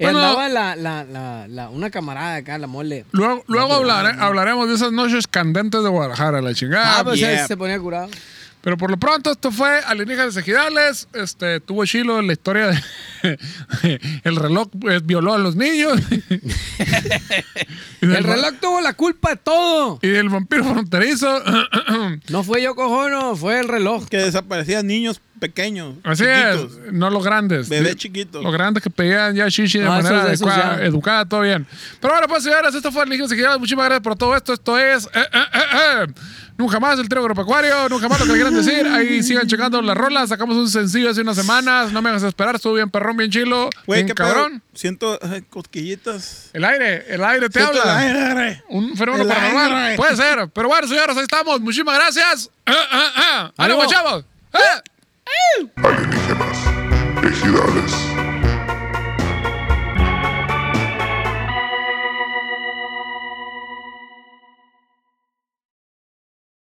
B: Y
C: Bueno.
B: Andaba la, la, la, la- una camarada acá, la mole.
C: Luego, luego hablare- hablaremos de esas noches candentes de Guadalajara, la chingada.
B: Ah, pues
D: yeah.
B: se, se ponía curado.
C: Pero, Pero por lo pronto, esto fue Alienígenas Ejidales. Este, tuvo chilo en la historia de. el reloj pues, violó a los niños. Y del-
B: El reloj tuvo la culpa de todo.
C: Y del vampiro fronterizo.
B: No fue yo cojono, fue el reloj.
D: Que desaparecían niños pequeños.
C: Así
D: chiquitos,
C: es, no los grandes.
D: Bebés
C: Sí,
D: chiquitos.
C: Los grandes que pedían ya chichi de
B: No,
C: manera
B: esos- esos
C: adecuada,
B: ya.
C: educada, todo bien. Pero bueno, pues señores, esto fue Alienígenas Ejidales. Muchísimas gracias por todo esto. Esto es. eh, eh, eh, eh. Nunca más el trío agropecuario, nunca más lo que le quieran decir. Ahí sigan checando las rolas. Sacamos un sencillo hace unas semanas. No me hagas esperar. Estuvo bien perrón, bien chilo.
D: Güey,
C: bien
D: qué pedo.
C: cabrón.
D: Siento ay, cosquillitas.
C: El aire, el aire te
D: Siento el
C: habla.
D: aire.
C: Un fenómeno
D: El
C: paranormal.
D: aire.
C: Puede ser. Pero bueno, señores, ahí estamos. Muchísimas gracias. Ah, ah, ah. ¡Ánimo,
B: Ánimo.
C: chavos! ¡Eh!
A: alienígenas, ejidales.